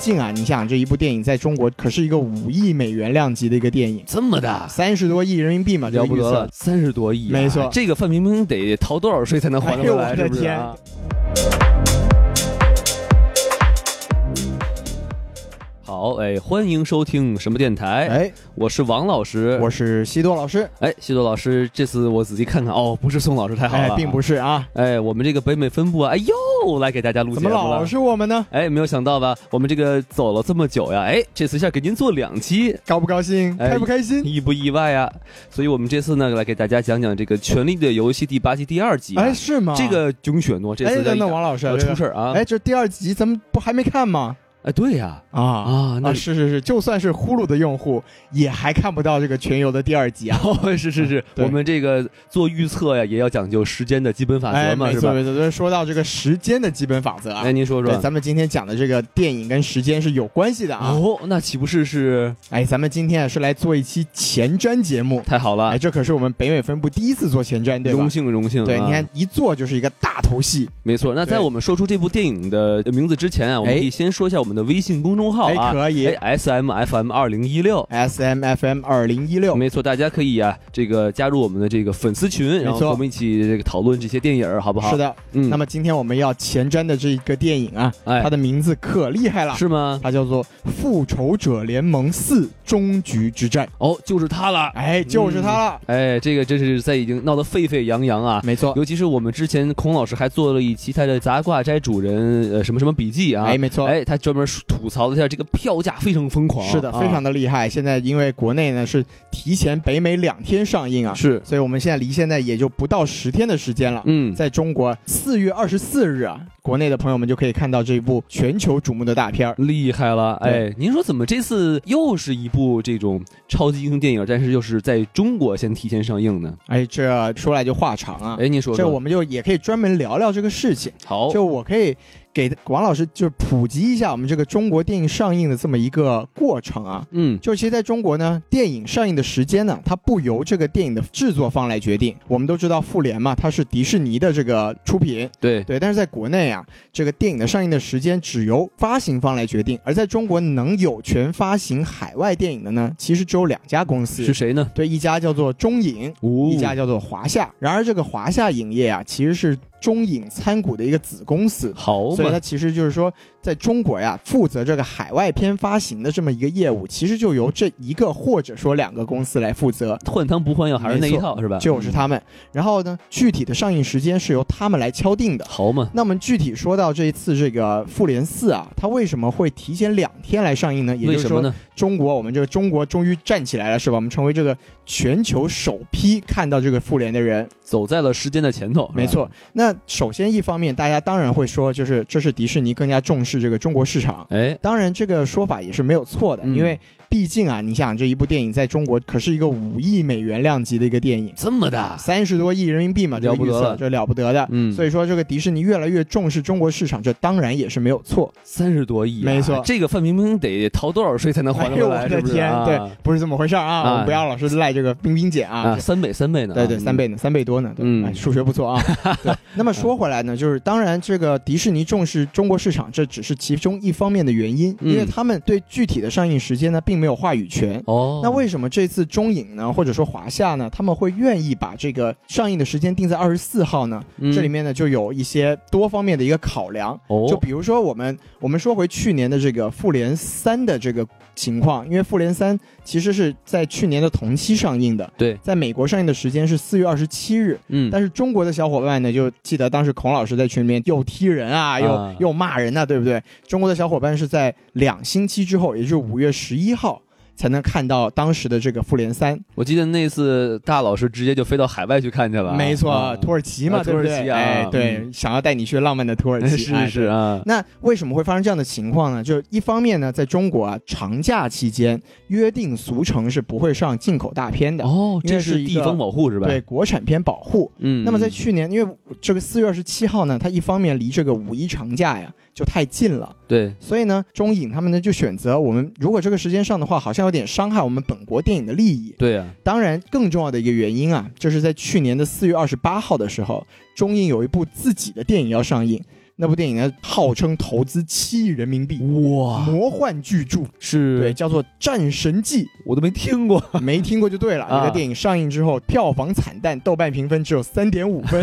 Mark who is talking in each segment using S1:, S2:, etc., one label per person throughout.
S1: 竟啊，你想这一部电影在中国可是一个五亿美元量级的一个电影，
S2: 这么大，
S1: 三十多亿人民币嘛，这
S2: 了
S1: 个
S2: 不
S1: 预
S2: 得了
S1: 测，。
S2: 三十多亿啊、
S1: 没错
S2: 这个范冰冰得逃多少税才能还得回
S1: 哎呦
S2: 来？
S1: 我的
S2: 是不是、啊？好，哎，欢迎收听什么电台？
S1: 哎，
S2: 我是王老师，
S1: 我是西多老师，
S2: 哎，西多老师，这次我仔细看看，哦，不是宋老师，太好了、
S1: 哎，并不
S2: 是，
S1: 是啊，
S2: 哎，我们这个北美分部啊，哎又来给大家录节
S1: 怎
S2: 目
S1: 么
S2: 了。
S1: 老是我们呢？
S2: 哎，没有想到吧？我们这个走了这么久呀，哎，这次一下给您做两期，
S1: 高不高兴？
S2: 哎
S1: 开不开心？
S2: 意不意外啊？所以我们这次呢，来给大家讲讲这个《权力的游戏》第八季第二集、啊。
S1: 哎，是吗？
S2: 这，个警犬诺这
S1: 哎，
S2: 次
S1: 等等，
S2: 要
S1: 王老师，
S2: 要
S1: 这个
S2: 出事儿啊！
S1: 哎，这第二集咱们不还没看吗？
S2: 哎，对呀，
S1: 啊
S2: 啊，那
S1: 是是是，就算是呼噜的用户也还看不到这个全游的第二集 啊。
S2: 哦，是是是，
S1: 对
S2: 我们这个做预测呀，也要讲究时间的基本法
S1: 哎，
S2: 则嘛，
S1: 没
S2: 是
S1: 错
S2: 吧？
S1: 没错，就是说到这个时间的基本法则啊。
S2: 哎，您说
S1: 对，
S2: 说。
S1: 咱们今天讲的这个电影跟时间是有关系的啊。
S2: 哦，那岂不是是
S1: 哎，咱们今天啊是来做一期前瞻节目，
S2: 太好了
S1: 哎，？这可是我们北美分部第一次做前瞻，对吧
S2: 荣？幸荣幸。
S1: 对，
S2: 啊
S1: 你看，一做就是一个大头戏，
S2: 没错。那在
S1: 对
S2: 我们说出这部电影的名字之前啊，我们
S1: 哎
S2: 可以先说一下我们的微信公众号
S1: 哎，
S2: 啊，
S1: 可以
S2: 哎，S M F M 二零一六。
S1: ，S M F M 二零一六，
S2: 没错，大家可以啊，这个加入我们的这个粉丝群，然后
S1: 没错
S2: 和我们一起这个讨论这些电影儿，好不好？
S1: 是，的。
S2: 嗯，
S1: 那么今天我们要前瞻的这一个电影啊，
S2: 哎
S1: 它的名字可厉害了，
S2: 是吗？
S1: 它叫做《复仇者联盟四：终局之战》。
S2: 哦，就是他了。
S1: 哎，就是它了，
S2: 哎，这个真是在已经闹得沸沸扬扬啊！
S1: 没错。
S2: 尤其是我们之前孔老师还做了一期他的《杂挂斋主人》呃什么什么笔记啊，
S1: 哎，没错，
S2: 哎，他专门吐槽了一下这个票价非常疯狂，
S1: 是的，
S2: 啊
S1: 非常的厉害。现在因为国内呢是提前北美两天上映啊，
S2: 是，
S1: 所以我们现在离现在也就不到十天的时间了。
S2: 嗯，
S1: 在中国四月二十四日啊，国内的朋友们就可以看到这部全球瞩目的大片儿。
S2: 厉害了，
S1: 对
S2: 哎，您说怎么这次又是一部这种超级英雄电影，但是又是在中国先提前上映呢？
S1: 哎，这说来就话长啊，
S2: 哎，您说哦
S1: 这
S2: 说，
S1: 我们就也可以专门聊聊这个事情。
S2: 好，
S1: 就我可以给王老师就是普及一下我们这个中国电影上映的这么一个过程啊。
S2: 嗯，
S1: 就是其实在中国呢，电影上映的时间呢，它不由这个电影的制作方来决定。我们都知道《复联》嘛，它是迪士尼的这个出品，
S2: 对，
S1: 对。但是在国内啊，这个电影的上映的时间只由发行方来决定，而在中国能有权发行海外电影的呢，其实只有两家公司
S2: 是，谁呢？
S1: 对，一家叫做中影，
S2: 哦
S1: 一家叫做华夏。然而，这个华夏影业啊，其实是中影参股的一个子公司。
S2: 好
S1: 所以它
S2: 嘛，
S1: 其实就是说，在中国呀，负责这个海外片发行的这么一个业务，其实就由这一个或者说两个公司来负责，
S2: 换汤不换药还是那一
S1: 没错
S2: 套是吧？
S1: 就是他们。然后呢，具体的上映时间是由他们来敲定的。
S2: 好嘛，
S1: 那我们具体说到这一次这个《复联四》啊，它为什么会提前两天来上映呢？也
S2: 为
S1: 就是
S2: 什么
S1: 说，
S2: 呢？
S1: 中国我们这个中国终于站起来了，是吧？我们成为这个全球首批看到这个复联的人。
S2: 走在了时间的前头，是吧
S1: 没错。。那首先一方面，大家当然会说，就是这是迪士尼更加重视这个中国市场。
S2: 哎，
S1: 当然，这个说法也是没有错的，
S2: 嗯
S1: 因为毕竟啊，你想这一部电影在中国可是一个五亿美元量级的一个电影，
S2: 这么大，
S1: 三十多亿人民币嘛，这
S2: 了
S1: 个
S2: 不
S1: 预
S2: 得
S1: 测
S2: 了
S1: 这了不得的。
S2: 嗯，
S1: 所以说，这个迪士尼越来越重视中国市场，这当然也是没有错，
S2: 三十多亿啊，
S1: 没错
S2: 这个范冰冰得逃多少税才能还得回来？
S1: 哎呦我的
S2: 是不是
S1: 天
S2: 啊
S1: 对不是这么回事儿啊！
S2: 啊
S1: 我们不要老是赖这个冰冰姐啊。
S2: 啊，三倍三倍呢？
S1: 对对，
S2: 啊
S1: 三倍呢，三倍多呢。对，
S2: 嗯
S1: 哎数学不错 啊。对，那么说回来呢，就是当然，这个迪士尼重视中国市场，这只是其中一方面的原因，因为
S2: 嗯
S1: 他们对具体的上映时间呢，并没有话语权。
S2: 哦，
S1: 那为什么这次中影呢，或者说华夏呢，他们会愿意把这个上映的时间定在二十四号呢？
S2: 嗯
S1: 这里面呢就有一些多方面的一个考量。
S2: 哦
S1: 就比如说我们我们说回去年的这个《复联三》的这个情况，因为《复联三》其实是在去年的同期上映的，
S2: 对，
S1: 在美国上映的时间是四月二十七日。
S2: 嗯，
S1: 但是中国的小伙伴呢，就记得当时孔老师在群里面又踢人啊，又、
S2: 啊
S1: 又骂人呐、对不对？中国的小伙伴是在两星期之后，也就是五月十一号。才能看到当时的这个复联三，
S2: 我记得那次大老师直接就飞到海外去看去了啊，
S1: 没错，
S2: 啊
S1: 土耳其嘛，
S2: 啊
S1: 对不
S2: 土耳
S1: 对？
S2: 其啊
S1: 哎，
S2: 嗯
S1: 对，想要带你去浪漫的土耳其，
S2: 是
S1: 哎
S2: 是。啊，
S1: 那为什么会发生这样的情况呢？就是一方面呢，在中国啊，长假期间约定俗成是不会上进口大片的，
S2: 哦，
S1: 因为
S2: 这
S1: 是一
S2: 地
S1: 个
S2: 方保护是吧？
S1: 对，国产片保护。
S2: 嗯，
S1: 那么在
S2: 嗯
S1: 去年，因为这个四月二十七号呢，它一方面离这个五一长假呀就太近了，
S2: 对
S1: 所以呢，中影他们呢就选择我们如果这个时间上的话，好像有点伤害我们本国电影的利益。
S2: 对啊，
S1: 当然，更重要的一个原因啊，就是在去年的四月二十八号的时候，中影有一部自己的电影要上映，那部电影呢，号称投资七亿人民币，
S2: 哇，
S1: 魔幻巨著，
S2: 是
S1: 对，叫做《战神纪
S2: 我都没听过，》，
S1: 没听过就对了。这
S2: 啊
S1: 个电影上映之后，票房惨淡，豆瓣评分只有三点五 分。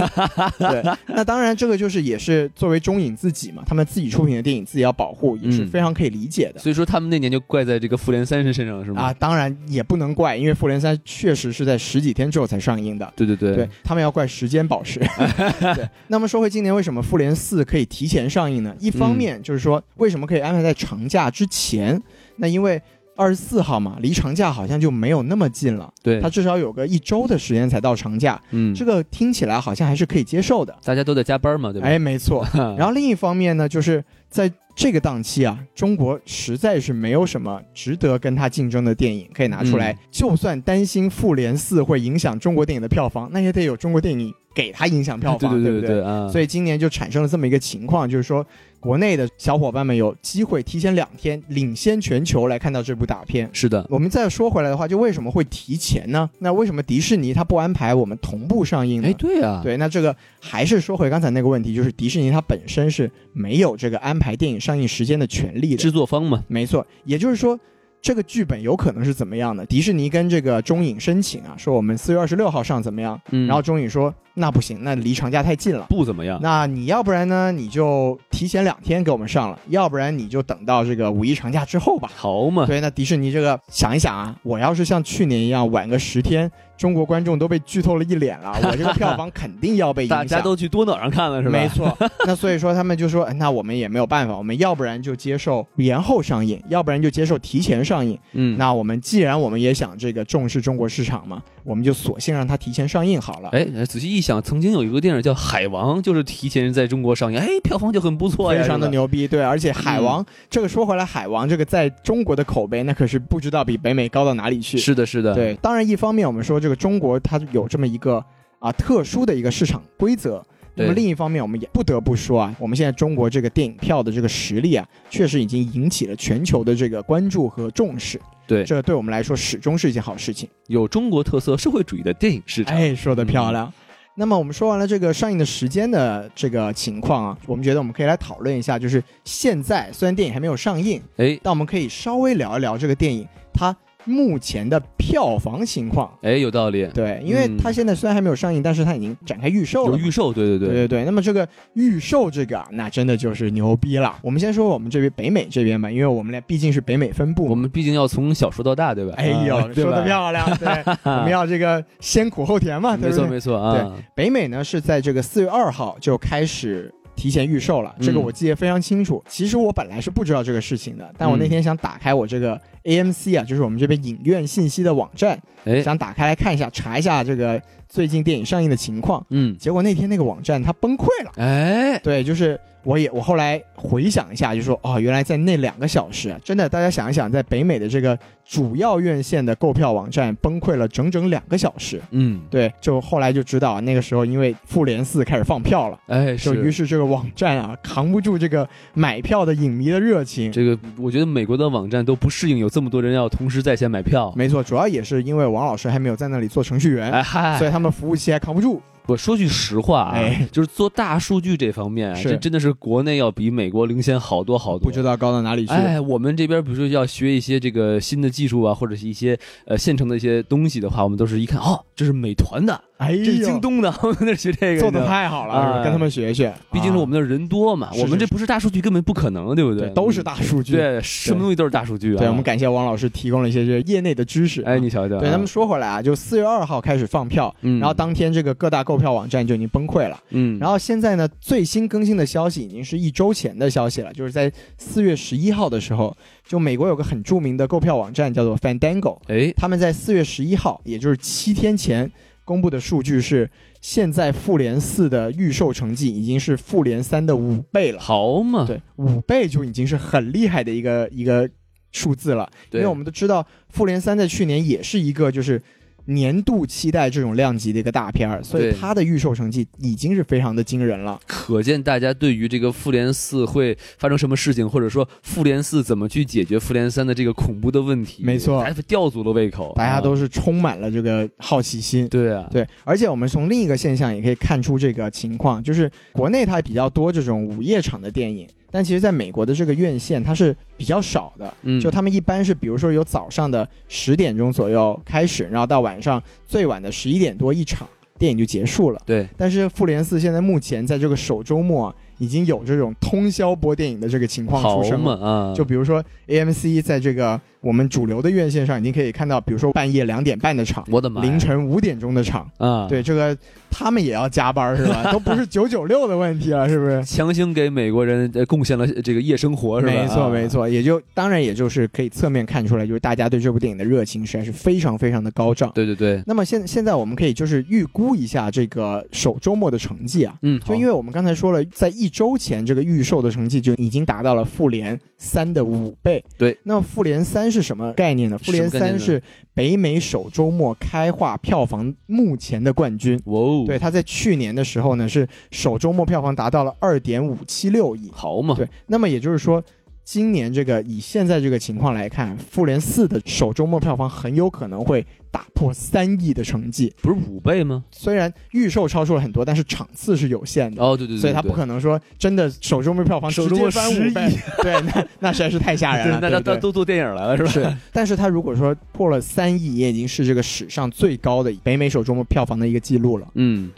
S1: 对，那当然这个就是也是作为中影自己嘛，他们自己出品的电影自己要保护，也是
S2: 嗯
S1: 非常可以理解的。
S2: 所以说他们那年就怪在这个《复联三》身上了，是吗？
S1: 啊，，当然也不能怪，因为《复联三》确实是在十几天之后才上映的，
S2: 对对对
S1: 对他们要怪时间 宝石。对，那么说回今年为什么《复联四》可以提前上映
S2: 嗯
S1: 呢？一方面就是说，为什么可以安排在长假之前？那因为二十四号嘛，离长假好像就没有那么近了，
S2: 对
S1: 它至少有个一周的时间才到长假，
S2: 嗯，
S1: 这个听起来好像还是可以接受的。
S2: 大家都在加班嘛，对吧？
S1: 哎，没 错。然
S2: 然
S1: 后另一方面呢，就是在这个档期啊，中国实在是没有什么值得跟它竞争的电影可以拿出来。
S2: 嗯
S1: 就算担心《复联四》会影响中国电影的票房，那也得有中国电影给它影响票
S2: 对
S1: 房，
S2: 对
S1: 不
S2: 对
S1: 对？
S2: 啊，
S1: 所
S2: 以
S1: 以今年就产生了这么一个情况，就是说，国内的小伙伴们有机会提前两天领先全球来看到这部大片。
S2: 是的，
S1: 我们再说回来的话，就为什么会提前呢？那为什么迪士尼它不安排我们同步上映呢？
S2: 哎，对啊，
S1: 对，那这个还是说回刚才那个问题，就是迪士尼它本身是没有这个安排电影上映时间的权利
S2: 制
S1: 的。
S2: 作方嘛，
S1: 没错，也就是说，这个剧本有可能是怎么样的？迪士尼跟这个中影申请啊，说我们四月二十六号上怎么样？
S2: 嗯，啊
S1: 然后中影说那不行，那离长假太近了。
S2: 不怎么样，
S1: 那你要不然呢，你就提前两天给我们上了；要不然你就等到这个五一长假之后吧。
S2: 好 嘛，
S1: 对，那迪士尼这个想一想啊，我要是像去年一样晚个十天，中国观众都被剧透了一脸 了，我这个票房肯定要被影响。
S2: 大家都去多脑上看了是吧？
S1: 没错。那所以说他们就说，哎那我们也没有办法，我们要不然就接受延后上映，要不然就接受提前上映。
S2: 嗯，
S1: 那我们既然我们也想这个重视中国市场嘛，我们就索性让它提前上映好了。
S2: 哎，仔细一想，曾经有一个电影叫《海王》，就是提前在中国上映，哎，票房就很不错呀，
S1: 非常的
S2: 啊是吧。嗯
S1: 牛逼，对，而且《海王》这个说回来，《海王》这个在中国的口碑那可是不知道比北美高到哪里去。
S2: 是的，是的，
S1: 对，当然一方面我们说这个中国它有这么一个啊特殊的一个市场规则。那么
S2: 对
S1: 另一方面，我们也不得不说啊，我们现在中国这个电影票的这个实力啊，确实已经引起了全球的这个关注和重视。
S2: 对
S1: 这对我们来说始终是一件好事情。
S2: 有中国特色社会主义的嗯电影市场。
S1: 哎，说的漂亮。那么我们说完了这个上映的时间的这个情况啊，我们觉得我们可以来讨论一下，就是现在虽然电影还没有上映，
S2: 哎
S1: 但我们可以稍微聊一聊这个电影它目前的票房情况。
S2: 哎，有道理，
S1: 对，因为
S2: 嗯
S1: 它现在虽然还没有上映，但是它已经展开预售
S2: 有
S1: 了嘛。
S2: 预售，对对
S1: 对
S2: 对，
S1: 对对，那么这个预售这个啊，那真的就是牛逼了。我们先说我们这边北美这边吧，因为我们俩毕竟是北美分部嘛。
S2: 我们毕竟要从小说到大，对吧？
S1: 哎呦，
S2: 啊对
S1: 说的
S2: 吧？
S1: 漂亮， 对，我们要这个先苦后甜嘛，对
S2: 没
S1: 不
S2: 错
S1: 对？
S2: 没错啊，
S1: 北美呢是在这个四月二号就开始。提前预售了，这个
S2: 嗯
S1: 我记得非常清楚。其实我本来是不知道这个事情的，但我那
S2: 嗯
S1: 天想打开我这个 AMC 啊，就是我们这边影院信息的网站，
S2: 哎，
S1: 想打开来看一下，查一下这个最近电影上映的情况。
S2: 嗯，
S1: 结果那天那个网站它崩溃了。
S2: 哎，
S1: 对，就是我也我后来回想一下，就说哦，原来在那两个小时啊，真的大家想一想，在北美的这个主要院线的购票网站崩溃了整整两个小时。
S2: 嗯，
S1: 对，就后来就知道那个时候因为《复联四》开始放票了，
S2: 哎，
S1: 就于
S2: 是
S1: 是这个网站啊扛不住这个买票的影迷的热情。
S2: 这个，我觉得美国的网站都不适应有这么多人要同时在线买票。
S1: 没错，主要也是因为王老师还没有在那里做程序员，
S2: 哎嗨，
S1: 嗯所以他们服务器还扛不住。
S2: 我说句实话啊，
S1: 哎
S2: 就是做大数据这方面啊，
S1: 是
S2: 这真的是国内要比美国领先好多好多。
S1: 不知道高到哪里去。
S2: 哎，我们这边比如说要学一些这个新的技术啊，或者是一些呃现成的一些东西的话，我们都是一看哦，这是美团的，
S1: 哎
S2: 这是
S1: 呦
S2: 京东的，我们那学这个
S1: 做的
S2: 的。
S1: 太好了，是吧
S2: 哎
S1: 跟他们学学。
S2: 毕竟是我们的人多嘛，
S1: 啊是是
S2: 我们这不是大数据根本不可能，对不
S1: 啊对
S2: 对？
S1: 都是大数据。
S2: 对，什么东西都是大数据啊。
S1: 对，我们感谢王老师提供了一些这业内的知识。
S2: 哎，你瞧瞧啊，
S1: 对，咱们说回来啊，就四月二号开始放票，
S2: 嗯，
S1: 然后当天这个各大购票网站就已经崩溃了。
S2: 嗯，
S1: 然
S2: 后
S1: 后现在呢，最新更新的消息已经是一周前的消息了，就是在四月十一号的时候，就美国有个很著名的购票网站叫做 Fandango，
S2: 哎，
S1: 他们在四月十一号，也就是七天前公布的数据是，现在复联四的预售成绩已经是复联三的五倍了。
S2: 好嘛，
S1: 对，五倍就已经是很厉害的一个一个数字了，因
S2: 对，
S1: 为我们都知道复联三在去年也是一个就是。年度期待这种量级的一个大片儿，所以
S2: 对
S1: 它的预售成绩已经是非常的惊人了。
S2: 可见大家对于这个《复联四》会发生什么事情，或者说《复联四》怎么去解决《复联三》的这个恐怖的问题，
S1: 没错
S2: 大家吊足了胃口，
S1: 大家
S2: 啊
S1: 都是充满了这个好奇心。
S2: 对啊，
S1: 对，而且我们从另一个现象也可以看出这个情况，就是国内它比较多这种午夜场的电影，但其实在美国的这个院线它是比较少的。
S2: 嗯，
S1: 就他们一般是，比如说有早上的十点钟左右开始，然后到晚上最晚的十一点多一场电影就结束了。
S2: 对，
S1: 但是《复联四》现在目前在这个首周末啊已经有这种通宵播电影的这个情况
S2: 好
S1: 出生
S2: 嘛
S1: 了。
S2: 啊，
S1: 就比如说 AMC 在这个我们主流的院线上已经可以看到，比如说半夜两点半的场，
S2: 我的妈呀，
S1: 凌晨五点钟的场，
S2: 啊，，
S1: 对这个他们也要加班是 吧？都不是九九六的问题了，是不是？
S2: 强行给美国人呃贡献了这个夜生活是吧？
S1: 没错，
S2: 啊
S1: 没，错，也就当然也就是可以侧面看出来，就是大家对这部电影的热情实在是非常非常的高涨。
S2: 对对对，
S1: 那么现现在我们可以就是预估一下这个首周末的成绩啊，
S2: 嗯，
S1: 就因
S2: 为
S1: 为我们刚才说了，在一周前这个预售的成绩就已经达到了《复联三》的五倍。
S2: 对，
S1: 那《复联三》是什么概念呢？《复联
S2: 什么概
S1: 三
S2: 念》呢
S1: 是北美首周末开画票房目前的冠军。
S2: 哇哦，
S1: 对，，它在去年的时候呢，是首周末票房达到了二点五七六亿。
S2: 好嘛，
S1: 对，那么也就是说，今年这个以现在这个情况来看，《复联四》的首周末票房很有可能会打破三亿的成绩。
S2: 不是五倍吗？
S1: 虽然预售超出了很多，但是场次是有限的。
S2: 哦，对对对，
S1: 所以它
S2: 对
S1: 不可能说真的首周末票房直
S2: 首周
S1: 接
S2: 末
S1: 翻
S2: 10
S1: 五
S2: 亿
S1: 倍， 对，那那实在是太吓人
S2: 对
S1: 了。
S2: 那
S1: 对
S2: 那
S1: 不对
S2: 都都做电影来了是吧？
S1: 是，但是它如果说破了三亿，也已经是这个史上最高的北美首周末票房的一个记录了。
S2: 嗯，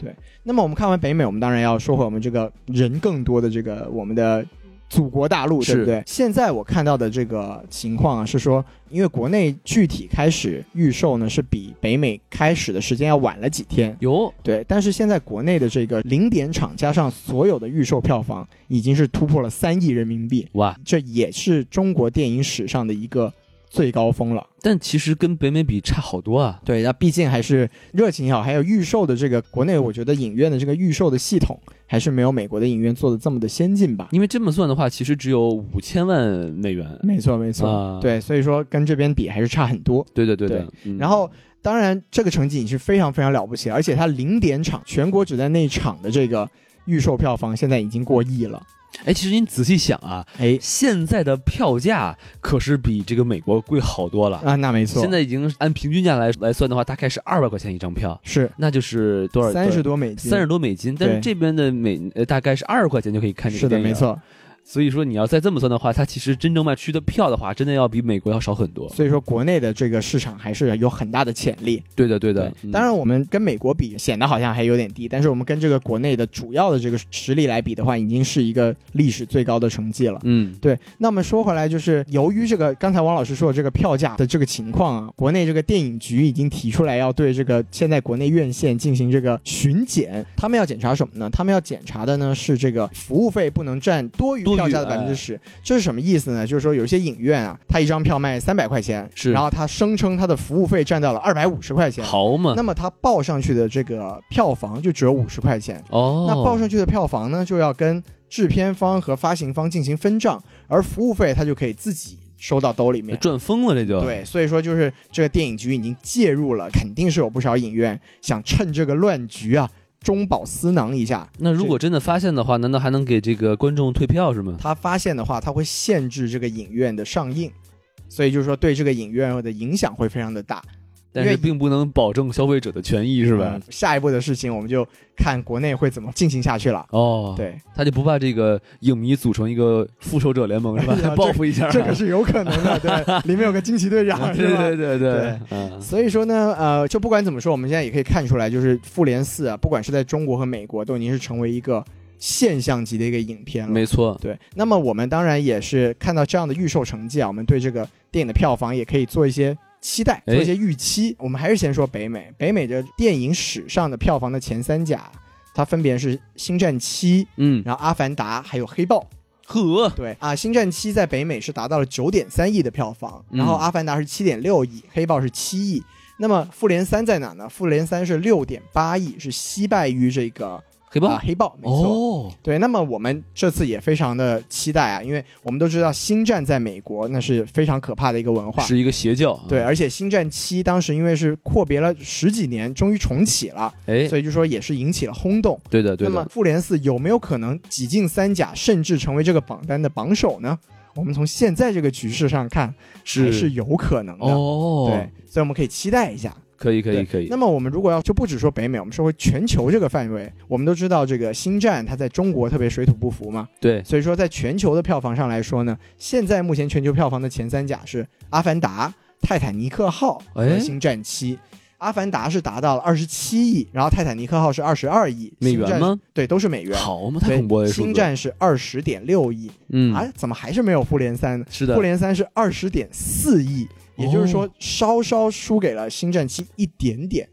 S1: 那么我们看完北美，我们当然要说回我们这个人更多的这个我们的祖国大陆，对不
S2: 是
S1: 对？现在我看到的这个情况啊，是说因为国内具体开始预售呢，是比北美开始的时间要晚了几天。
S2: 有
S1: 对，但是现在国内的这个零点场加上所有的预售票房，已经是突破了三亿人民币，
S2: 哇，
S1: 这也是中国电影史上的一个最高峰了。
S2: 但其实跟北美比差好多啊。
S1: 对，那毕竟还是热情也好，还有预售的这个国内，我觉得影院的这个预售的系统还是没有美国的影院做的这么的先进吧。
S2: 因为这么算的话，其实只有五千万美元。
S1: 没错，没错，
S2: 啊
S1: 对，所以说跟这边比还是差很多。
S2: 对对对
S1: 对
S2: 的。嗯
S1: 然后，当然这个成绩已经是非常非常了不起了，而且它零点场全国只在那一场的这个预售票房现在已经过亿了。
S2: 哎，其实你仔细想啊，
S1: 哎，
S2: 现在的票价可是比这个美国贵好多了。
S1: 啊，那没错，
S2: 现在已经按平均价来来算的话，大概是二百块钱一张票，
S1: 是
S2: 那就是多少？
S1: 三十多美金，
S2: 三十多美金，但是
S1: 对
S2: 这边的美呃大概是二十块钱就可以看这
S1: 是
S2: 个
S1: 的，
S2: 电影。
S1: 没。错。
S2: 所以说你要再这么算的话，它其实真正卖出去的票的话，真的要比美国要少很多。
S1: 所以说，国内的这个市场还是有很大的潜力。
S2: 对的，对的。嗯
S1: 当然我们跟美国比显得好像还有点低，但是我们跟这个国内的主要的这个实力来比的话，已经是一个历史最高的成绩了。
S2: 嗯，
S1: 对，那么说回来，就是由于这个刚才王老师说的这个票价的这个情况啊，国内这个电影局已经提出来要对这个现在国内院线进行这个巡检，他们要检查什么呢？他们要检查的呢是这个服务费不能占多余
S2: 多余
S1: 票价的百
S2: 哎
S1: 分之十，这是什么意思呢？就是说有一些影院啊，它一张票卖三百块钱，
S2: 是
S1: 然后它声称它的服务费占到了二百五十块钱，
S2: 好嘛
S1: 那。么它报上去的这个票房就只有五十块钱，
S2: 哦，
S1: 那报上去的票房呢，就要跟制片方和发行方进行分账，而服务费它就可以自己收到兜里面。
S2: 赚疯了，这就。
S1: 对，所以说就是这个电影局已经介入了，肯定是有不少影院想趁这个乱局啊，中饱私囊一下。
S2: 那如果真的发现的话，难道还能给这个观众退票是吗？
S1: 他发现的话，他会限制这个影院的上映，所以就是说对这个影院的影响会非常的大。
S2: 但是
S1: 因为
S2: 并不能保证消费者的权益是吧
S1: 嗯？下一步的事情我们就看国内会怎么进行下去了。
S2: 哦，，
S1: 对，
S2: 他就不怕这个影迷组成一个复仇者联盟 是吧
S1: 哎呀？
S2: 报复一下，啊
S1: 这个是有可能的，对，里面有个惊奇队长，是
S2: 对
S1: 吧？
S2: 对对对
S1: 对，
S2: 嗯，
S1: 所以说呢，呃，就不管怎么说，我们现在也可以看出来，就是《复联四》啊，不管是在中国和美国，都已经是成为一个现象级的一个影片了。
S2: 没错，
S1: 对，那么我们当然也是看到这样的预售成绩啊，我们对这个电影的票房也可以做一些期待，
S2: 哎
S1: 做一些预期。我们还是先说北美，北美的电影史上的票房的前三甲，它分别是《星战七》，
S2: 嗯，
S1: 然后《阿凡达》，还有《黑豹》。
S2: 呵，
S1: 对啊，《星战七》在北美是达到了九点三亿的票房，
S2: 嗯
S1: 然后《阿凡达》是七点六亿，《黑豹》是七亿。那么《复联三》在哪呢？《复联三》是六点八亿，是惜败于这个《
S2: 黑
S1: 啊
S2: 豹，
S1: 黑豹，没错。
S2: 哦，
S1: 对，那么我们这次也非常的期待啊，因为我们都知道《星战》在美国那是非常可怕的一个文化，
S2: 是一个邪教，
S1: 对，，啊而且《星战七》当时因为是阔别了十几年，终于重启了，
S2: 哎，
S1: 所以就说也是引起了轰动。
S2: 对的，对
S1: 那么
S2: 的，
S1: 《复联四》有没有可能挤进三甲，甚至成为这个榜单的榜首呢？我们从现在这个局势上看，还是有可能的。
S2: 哦，
S1: 对，，所以我们可以期待一下。
S2: 可以，可以，
S1: 对
S2: 可以
S1: 那，么我们如果要就不只说北美，我们说回全球这个范围，我们都知道这个《星战》它在中国特别水土不服嘛，
S2: 对，
S1: 所以说在全球的票房上来说呢，现在目前全球票房的前三甲是《阿凡达》《泰坦尼克号》和
S2: 哎
S1: 《星战七》。阿凡达是达到了二十七亿，然后泰坦尼克号是二十二亿，
S2: 美
S1: 星战
S2: 元？吗？
S1: 对，都是美元。
S2: 好嘛，
S1: 对
S2: 太恐怖了，这数
S1: 星
S2: 字，
S1: 战是二十点六亿、
S2: 嗯，
S1: 啊，怎么还是没有复联三呢？
S2: 是的
S1: 复，联三是二十点四亿，也就是说
S2: 哦
S1: 稍稍输给了星战七一点点。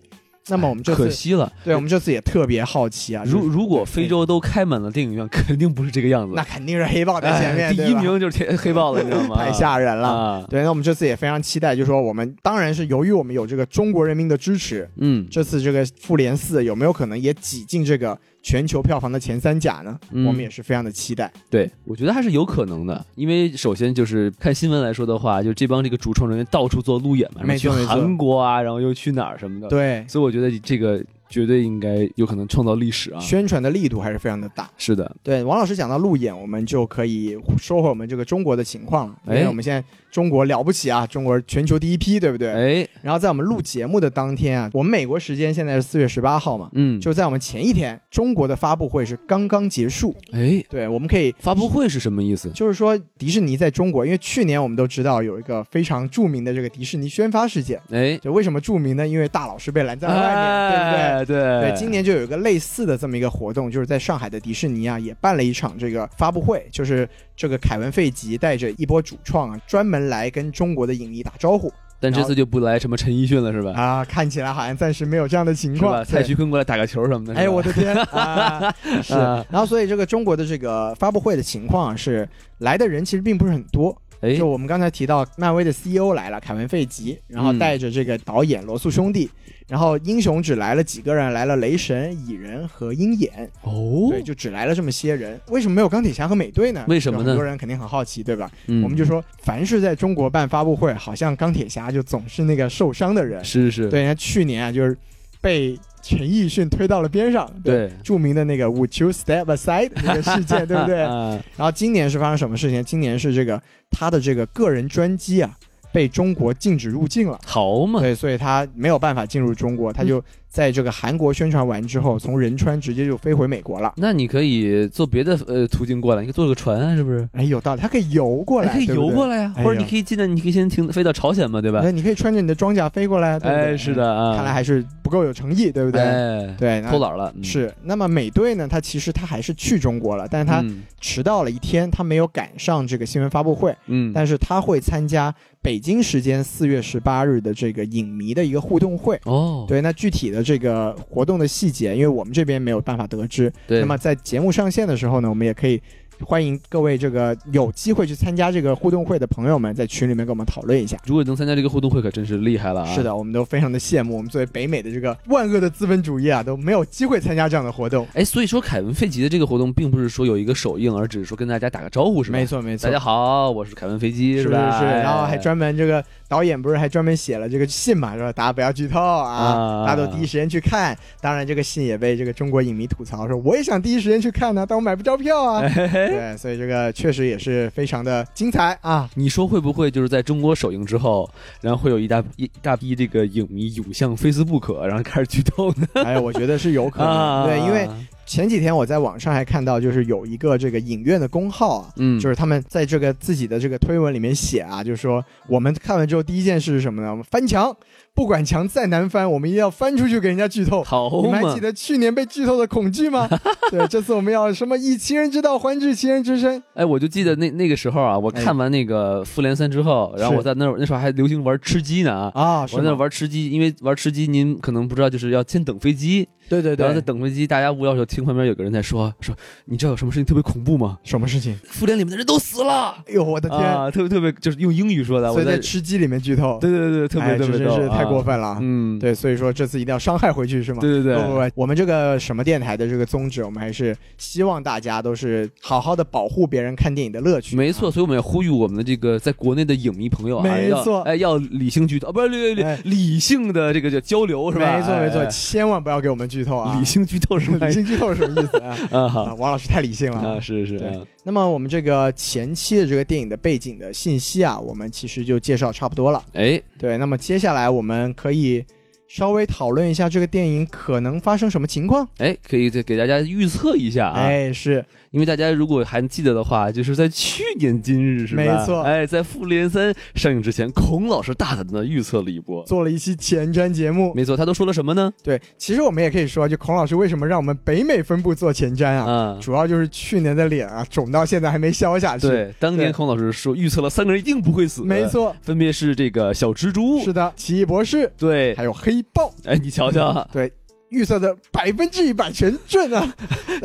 S1: 那么我们这
S2: 哎可
S1: 次，
S2: 惜了。
S1: 对我们这次也特别好奇啊，
S2: 如
S1: 就是
S2: 如果非洲都开满了电影院，肯定不是这个样子。
S1: 那肯定是黑豹在前面，
S2: 哎第
S1: 对
S2: 一
S1: 吧
S2: 名啊就是天黑豹了，你知道 吗？
S1: 太吓人了。
S2: 了，
S1: 对，那我们这次也非常期待，就是说我们当然是由于我们有这个中国人民的支持，
S2: 嗯
S1: 这次这个复联四有没有可能也挤进这个全球票房的前三甲呢？
S2: 嗯
S1: 我们也是非常的期待。
S2: 对，我觉得还是有可能的，因为首先就是看新闻来说的话，就这帮这个主创人员到处做路演嘛，
S1: 没
S2: 然后去
S1: 错没错
S2: 韩国啊，然后又去哪儿什么的，，
S1: 对，
S2: 所以我觉得这个绝对应该有可能创造历史啊。
S1: 宣传的力度还是非常的大。
S2: 是的，
S1: 对，王老师讲到路演，我们就可以说回我们这个中国的情况了，因
S2: 哎
S1: 为我们现在中国了不起啊，中国全球第一批，对不对？
S2: 哎，
S1: 然后在我们录节目的当天啊，我们美国时间现在是四月十八号嘛，
S2: 嗯，
S1: 就在我们前一天，中国的发布会是刚刚结束。
S2: 哎，
S1: 对，我们可以
S2: 发布会是什么意思？
S1: 就是说，迪士尼在中国，因为去年我们都知道有一个非常著名的这个迪士尼宣发事件，
S2: 哎，
S1: 就为什么著名呢？因为大老师被拦在了外面，对不对？
S2: 对？哎对
S1: 对，今年就有一个类似的这么一个活动，就是在上海的迪士尼啊，也办了一场这个发布会，就是这个凯文·费吉带着一波主创啊，专门来跟中国的影迷打招呼
S2: 但这
S1: 然后
S2: 次就不来什么陈奕迅了，是吧？
S1: 啊，看起来好像暂时没有这样的情
S2: 嗯是吧？
S1: 况。
S2: 蔡
S1: 对
S2: 徐坤过来打个球什么的，是
S1: 嗯
S2: 吧
S1: 哎，我的 天，啊、是。
S2: 啊
S1: 然后，所以这个中国的这个发布会的情况啊是，来的人其实并不是很多。
S2: 哎
S1: 就我们刚才提到，漫威的 CEO 来了，凯文·费吉，然后
S2: 嗯
S1: 带着这个导演罗素兄弟，然后英雄只来了几个人，来了雷神、蚁人和鹰眼，
S2: 哦，
S1: 对，就只来了这么些人。为什么没有钢铁侠和美队呢？
S2: 为什么呢
S1: 就很多人肯定很好奇，对吧？
S2: 嗯
S1: 我们就说，凡是在中国办发布会，好像钢铁侠就总是那个受伤的人。
S2: 是是，
S1: 对，人家去年啊，就是被陈奕迅推到了边上。
S2: 对
S1: 著名的那个 “Would you step aside” 那个事件，对 不对？
S2: 啊
S1: 然后今年是发生什么事情？今年是这个他的这个个人专机啊，被中国禁止入境了。
S2: 好嘛，
S1: 对，所以他没有办法进入中
S2: 嗯
S1: 国，他就在这个韩国宣传完之后，从仁川直接就飞回美国了。
S2: 那你可以坐别的呃途径过来，你可以坐个船啊，是不是？
S1: 哎，有道理，他可以游过来，
S2: 可以游过
S1: 来，
S2: 来呀，
S1: 哎
S2: 或者你
S1: 呀
S2: 可以进来，你可以先停飞到朝鲜嘛，对吧
S1: 对，？你可以穿着你的装甲飞过来，对不对？嗯
S2: 哎，是的啊，
S1: 看来还是不够有诚意，对不对？
S2: 哎
S1: 对，那
S2: 偷懒了，嗯
S1: 是。那么美队呢？他其实他还是去中国了，但是他
S2: 嗯
S1: 迟到了一天，他没有赶上这个新闻发布会，
S2: 嗯，
S1: 但是他会参加北京时间四月十八日的这个影迷的一个互动会。
S2: 哦，
S1: 对，那具体的这个活动的细节，因为我们这边没有办法得知，
S2: 对，
S1: 那么在节目上线的时候呢，我们也可以欢迎各位这个有机会去参加这个互动会的朋友们，在群里面跟我们讨论一下。
S2: 如果能参加这个互动会，可真是厉害了啊！
S1: 是，的，我们都非常的羡慕，我们作为北美的这个万恶的资本主义啊，都没有机会参加这样的活动。
S2: 哎，所以说凯文·费吉的这个活动，并不是说有一个首映，而只是说跟大家打个招呼，是吧？
S1: 没，错，没错
S2: 大家。好，我是凯文·费吉，
S1: 是是
S2: 吧？
S1: 是，
S2: 哎
S1: 然后还专门这个导演不是还专门写了这个信嘛，说大家不要剧透啊，
S2: 啊
S1: 大家都第一时间去看。当然，这个信也被这个中国影迷吐槽说，我也想第一时间去看呢、但我买不着票 啊。对，所以这个确实也是非常的精彩啊。
S2: 你说会不会就是在中国首映之后，然后会有一大一大批这个影迷涌向 Facebook，然后开始剧透 呢？
S1: 哎，我觉得是有可能，
S2: 啊，
S1: 对，因为前几天我在网上还看到，就是有一个这个影院的公号啊，
S2: 嗯，
S1: 就是是他们在这个自己的这个推文里面写啊，就是说我们看完之后第一件事是什么呢？我们翻墙，不管墙再难翻，我们一定要翻出去给人家剧透。
S2: 好
S1: 你们还
S2: 嘛
S1: 记，得去年被剧透的恐惧 吗？对，这次我们要什么以其人之道还治其人之身。
S2: 哎，我就记得那那个时候啊，我看完那个《复联三》之后，然
S1: 哎
S2: 后
S1: 是
S2: 我在那儿那时候还流行玩吃鸡呢啊。
S1: 啊，
S2: 我在那儿玩吃鸡，因为玩吃鸡，您可能不知道，就是要先等飞机，
S1: 对对
S2: 然后再等飞机，大家无聊的时候听旁边有个人在说说，你知道有什么事情特别恐怖吗？
S1: 什么事情？
S2: 复联里面的人都死了。
S1: 哎呦，我的天！
S2: 啊，特别特别就是用英语说的，
S1: 所
S2: 我
S1: 以在
S2: 在
S1: 吃鸡里面剧透，
S2: 对对对，特别
S1: 哎
S2: 特别
S1: 这真
S2: 逗
S1: 是太过
S2: 啊
S1: 分了啊。
S2: 嗯，
S1: 对，所以说这次一定要伤害回去是吗？
S2: 对对对，
S1: 不不不，我们这个什么电台的这个宗旨，我们还是希望大家都是好好的保护别人看电影的乐趣。啊
S2: 没错，所以我们要呼吁我们的这个在国内的影迷朋友啊，
S1: 没
S2: 要
S1: 错
S2: 哎，要理性剧透，啊不是理理
S1: 哎
S2: 理性的这个叫交流是吧？
S1: 没错
S2: 哎
S1: 没错，
S2: 哎
S1: 千万不要给我们剧透啊！
S2: 理 性剧透是吧？
S1: 理性剧透是什么意思啊？
S2: 啊，
S1: 啊
S2: 好
S1: 王老师太理性了。
S2: 啊，是是，
S1: 对
S2: 啊
S1: 那么我们这个前期的这个电影的背景的信息啊，我们其实就介绍差不多了。
S2: 哎，
S1: 对，那么接下来我们可以稍微讨论一下这个电影可能发生什么情况。
S2: 哎，可以再给大家预测一下啊，
S1: 哎，是
S2: 因为大家如果还记得的话，就是在去年今日是吧？
S1: 没错
S2: 哎，在《复联三》上映之前，孔老师大胆的预测了一波。
S1: 做了一期前瞻节目。
S2: 没错，他都说了什么呢？
S1: 对，其实我们也可以说，就孔老师为什么让我们北美分部做前瞻啊？
S2: 啊，
S1: 主要就是去年的脸啊，肿到现在还没消下去。，
S2: 对，呃当年孔老师说预测了三个人一定不会死，
S1: 没，错，
S2: 分别是这个小蜘蛛，
S1: 是的，奇异博士
S2: 对，
S1: 还有黑豹，
S2: 哎，你瞧瞧 啊，
S1: 对，预测的百分之一百全准啊，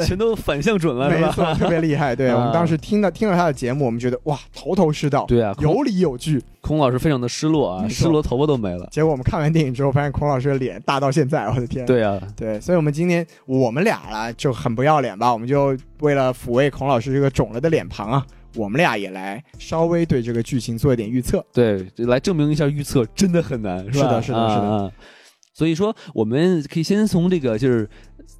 S2: 全都反向准了，
S1: 没
S2: 是吧？
S1: 错，特别厉害。对
S2: 啊
S1: 我们当时听了听了他的节目，我们觉得哇，头头是道，
S2: 对啊，孔
S1: 有理有据。
S2: 孔老师非常的失落啊，
S1: 没错
S2: 失落头发都没了。
S1: 结果我们看完电影之后，发现孔老师的脸大到现在，我的天！
S2: 对啊，
S1: 对，所以我们今天我们俩啦就很不要脸吧，我们就为了抚慰孔老师这个肿了的脸庞啊，我们俩也来稍微对这个剧情做一点预测。
S2: 对，来证明一下预测真的很难，吧？
S1: 是的是的
S2: 啊
S1: 是的
S2: 啊所以说，我们可以先从这个就是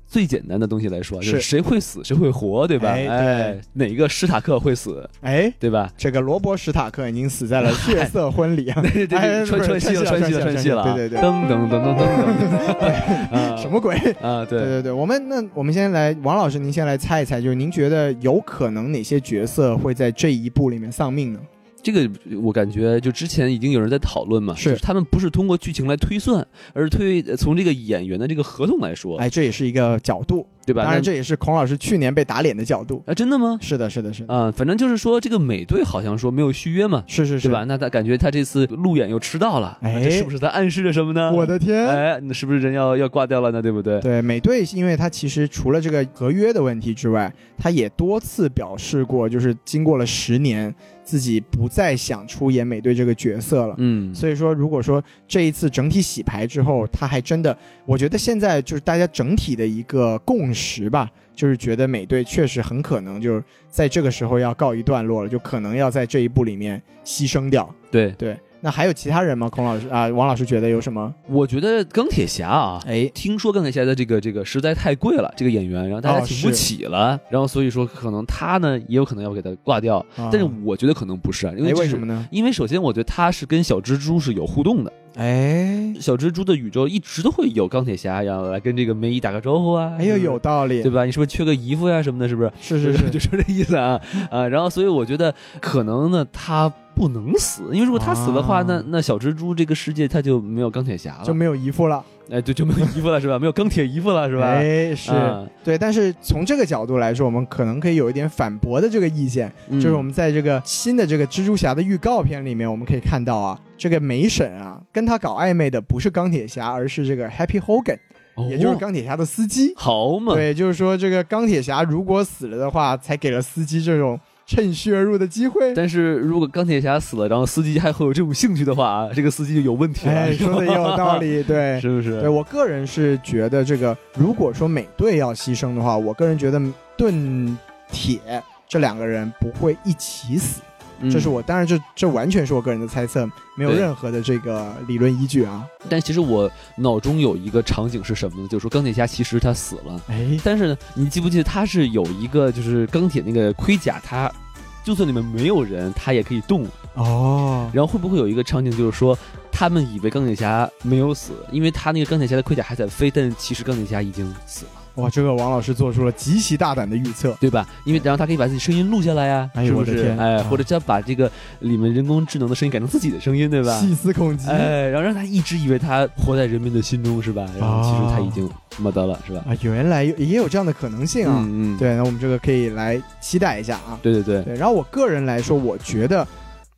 S2: 最简单的东西来说，就是
S1: 是
S2: 谁会死，谁会活，对吧？
S1: 哎对
S2: 哎，哪个史塔克会死，
S1: 哎，
S2: 对吧？
S1: 这个罗伯·史塔克已经死在了血色婚礼啊！
S2: 对对
S1: 哎
S2: 对，穿
S1: 不是
S2: 穿戏了，穿戏
S1: 穿
S2: 了，穿
S1: 戏
S2: 戏
S1: 了
S2: 了啊，
S1: 对对对
S2: 噔噔噔噔噔噔啊，
S1: 什么鬼？
S2: 啊？
S1: 对
S2: 对，
S1: 对对，我们那我们先来，王老师，您先来猜一猜，就是您觉得有可能哪些角色会在这一部里面丧命呢？
S2: 这个我感觉就之前已经有人在讨论嘛，
S1: 是
S2: 就他们不是通过剧情来推算，而是推从这个演员的这个合同来说，
S1: 哎，这也是一个角度，
S2: 对吧？
S1: 当然
S2: 那
S1: 这也是孔老师去年被打脸的角度。
S2: 啊，真的吗？
S1: 是的，是的，是的，
S2: 啊、反正就是说这个美队好像说没有续约嘛，
S1: 是是
S2: 对
S1: 是
S2: 吧？？那他感觉他这次路演又迟到了，
S1: 哎
S2: 这是不是他暗示着什么呢？
S1: 我的天！
S2: 哎，那是不是人要要挂掉了呢？对不对？
S1: 对美队，因为他其实除了这个合约的问题之外，他也多次表示过，就是经过了十年，自己不再想出演美队这个角色了。
S2: 嗯，
S1: 所以说，如果说这一次整体洗牌之后，他还真的，我觉得现在就是大家整体的一个共识吧，就是觉得美队确实很可能就是在这个时候要告一段落了，就可能要在这一步里面牺牲掉。
S2: 对，
S1: 对，那还有其他人吗？孔老师啊、王老师觉得有什么？
S2: 我觉得钢铁侠啊。
S1: 哎，
S2: 听说钢铁侠的这个这个实在太贵了，这个演员，然后大家
S1: 哦
S2: 请不
S1: 是
S2: 起了，然后所以说可能他呢也有可能要给他挂掉，
S1: 但
S2: 但是我觉得可能不是，啊，因为
S1: 啊哎，
S2: 这
S1: 为
S2: 是
S1: 什么？呢？
S2: 因为首先我觉得他是跟小蜘蛛是有互动的，
S1: 哎，
S2: 小蜘蛛的宇宙一直都会有钢铁侠呀来跟这个梅姨打个招呼啊，
S1: 哎呦，有道理，
S2: 对吧？你是不是缺个姨夫呀什么的，是不是？
S1: 是是是，
S2: 就是这意思啊啊！然后，所以我觉得可能呢，他不能死，因为如果他死的话，
S1: 啊
S2: 那那小蜘蛛这个世界他就没有钢铁侠
S1: 就
S2: 了，
S1: 没有姨夫了，
S2: 哎，对，就没有姨夫了，是吧？没有钢铁姨夫了，是吧？
S1: 哎，是、
S2: 啊
S1: 对，但是从这个角度来说，我们可能可以有一点反驳的这个意见。
S2: 嗯
S1: 就是我们在这个新的这个蜘蛛侠的预告片里面，我们可以看到啊，这个梅婶啊，跟他搞暧昧的不是钢铁侠，而是这个 Happy Hogan，也就是
S2: 哦
S1: 钢铁侠的司机。
S2: 好嘛，
S1: 对，就是说这个钢铁侠如果死了的话，才给了司机这种趁虚而入的机会。
S2: 但是如果钢铁侠死了，然后司机还会有这种兴趣的话啊，这个司机就有问题了，
S1: 哎，说的也有道理，对。
S2: 是不
S1: 对
S2: 是？
S1: 我个人是觉得，这个如果说美队要牺牲的话，我个人觉得盾铁这两个人不会一起死。
S2: 嗯
S1: 这是我，当然这这完全是我个人的猜测，没有
S2: 对
S1: 任何的这个理论依据啊。
S2: 但其实我脑中有一个场景是什么呢？就是说钢铁侠其实他死了，
S1: 哎，
S2: 但是呢，你记不记得他是有一个就是钢铁那个盔甲，他就算里面没有人，他也可以动。
S1: 哦，
S2: 然后会不会有一个场景，就是说他们以为钢铁侠没有死，因为他那个钢铁侠的盔甲还在飞，但其实钢铁侠已经死了，
S1: 哇，这个王老师做出了极其大胆的预测。
S2: 对吧？因为然后他可以把自己声音录下来呀、
S1: 哎呦
S2: 是不
S1: 我的
S2: 是？
S1: 天
S2: 哎，
S1: 啊
S2: 或者他把这个里面人工智能的声音改成自己的声音，对吧？
S1: 细思恐极、
S2: 哎，然后让他一直以为他活在人民的心中，是吧？然后其实他已经没得了，是吧？
S1: 啊！原来有也有哦这样的可能性啊。
S2: 嗯嗯，
S1: 对，那我们这个可以来期待一下啊。
S2: 对对对，
S1: 对，然后我个人来说，我觉得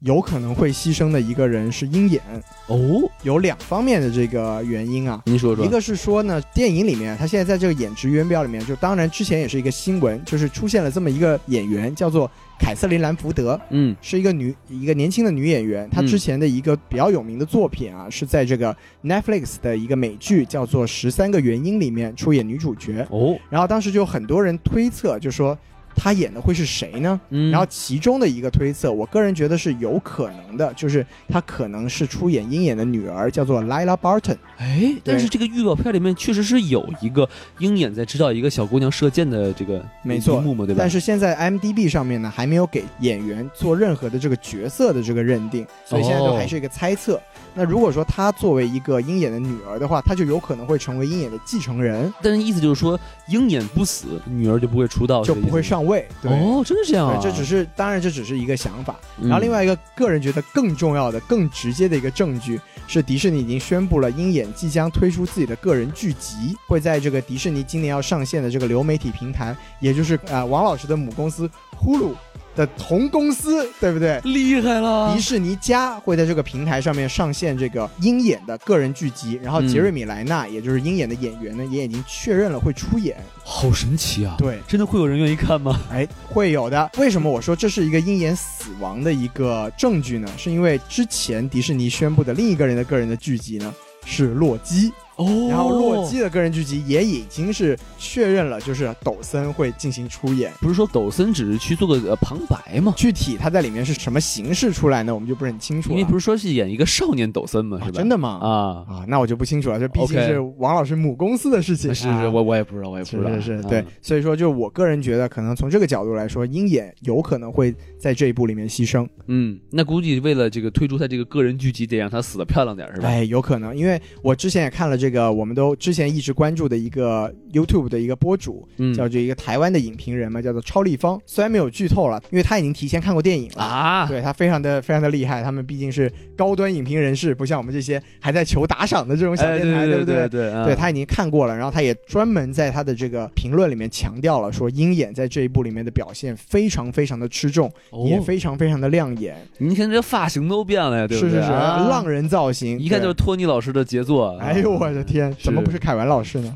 S1: 有可能会牺牲的一个人是鹰眼，
S2: 哦，
S1: 有两方面的这个原因啊。
S2: 您说说
S1: 一，个是说呢，电影里面他现在在这个演职员表里面，就当然之前也是一个新闻，就是出现了这么一个演员，叫做凯瑟琳·兰福德，
S2: 嗯
S1: 是一个女一个年轻的女演员。她之前的一个比较有名的作品啊，是在这个 Netflix 的一个美剧叫做《十三个原因》里面出演女主角。
S2: 哦，
S1: 然后当时就有很多人推测，就说她演的会是谁呢？
S2: 嗯，
S1: 然后其中的一个推测，我个人觉得是有可能的，就是她可能是出演鹰眼的女儿，叫做 Lila Barton。
S2: 哎，但是这个预告片里面确实是有一个鹰眼在指导一个小姑娘射箭的这个
S1: 没错
S2: 一幕嘛，对吧？
S1: 但是现在 m d b 上面呢，还没有给演员做任何的这个角色的这个认
S2: 哦
S1: 定，所以现在都还是一个猜测。那如果说她作为一个鹰眼的女儿的话，她就有可能会成为鹰眼的继承人，
S2: 但是意思就是说，鹰眼不死，女儿就不会出道，
S1: 就是
S2: 这个
S1: 不会
S2: 意思吗。
S1: 上位。对，
S2: 哦，真的这样啊
S1: 对，？这只是当然这只是一个想法。
S2: 嗯，
S1: 然后另外一个个人觉得更重要的、更直接的一个证据是，迪士尼已经宣布了鹰眼即将推出自己的个人剧集，会在这个迪士尼今年要上线的这个流媒体平台，也就是啊、呃王老师的母公司呼噜的同公司，对不对？
S2: 厉害了
S1: 迪，士尼家会在这个平台上面上线这个鹰眼的个人剧集，然后杰瑞米莱纳，也就是鹰眼的演员呢，也已经确认了会出演。
S2: 好神奇啊！
S1: 对，
S2: 真的会有人愿意看吗？
S1: 哎，会有的。为什么我说这是一个鹰眼死亡的一个证据呢？是因为之前迪士尼宣布的另一个人的个人的剧集呢是洛基，
S2: 哦，
S1: 然后洛基的个人剧集也已经是确认了，就是抖森会进行出演。
S2: 不是说抖森只是去做个呃旁白吗？
S1: 具体他在里面是什么形式出来呢？我们就不是很清楚
S2: 因
S1: 了。
S2: 为不是说是演一个少年抖森吗？
S1: 啊
S2: 是吧？
S1: 真的吗？
S2: 啊，
S1: 啊，那我就不清楚了，这毕竟
S2: OK
S1: 是王老师母公司的事情。
S2: 是是，
S1: 啊
S2: 我我也不知道，我也不知道，
S1: 是是是，
S2: 啊
S1: 对，，所以说就我个人觉得，可能从这个角度来说，鹰眼有可能会在这一部里面牺牲。
S2: 嗯，那估计为了这个推出他这个个人剧集，得让他死的漂亮点儿，是吧？
S1: 哎，有可能，因为我之前也看了这个，我们都之前一直关注的一个 YouTube 的一个博主，
S2: 嗯
S1: 叫这一个台湾的影评人嘛，叫做超立方。虽然没有剧透了，因为他已经提前看过电影了。
S2: 啊，
S1: 对他非常的非常的厉害，他们毕竟是高端影评人士，不像我们这些还在求打赏的这种小
S2: 哎，
S1: 电台，
S2: 对
S1: 不
S2: 对对，啊
S1: 对，他已经看过了，然后他也专门在他的这个评论里面强调了，说鹰眼在这一部里面的表现非常非常的吃重，也
S2: 哦，
S1: 非常非常的亮眼，
S2: 你看这发型都变了呀，对不
S1: 是
S2: 对？
S1: 是是，
S2: 啊
S1: 浪人造型，
S2: 一看
S1: 对
S2: 就是托尼老师的杰作。啊
S1: 哎呦我的，天，怎么
S2: 是
S1: 不是凯文老 师呢？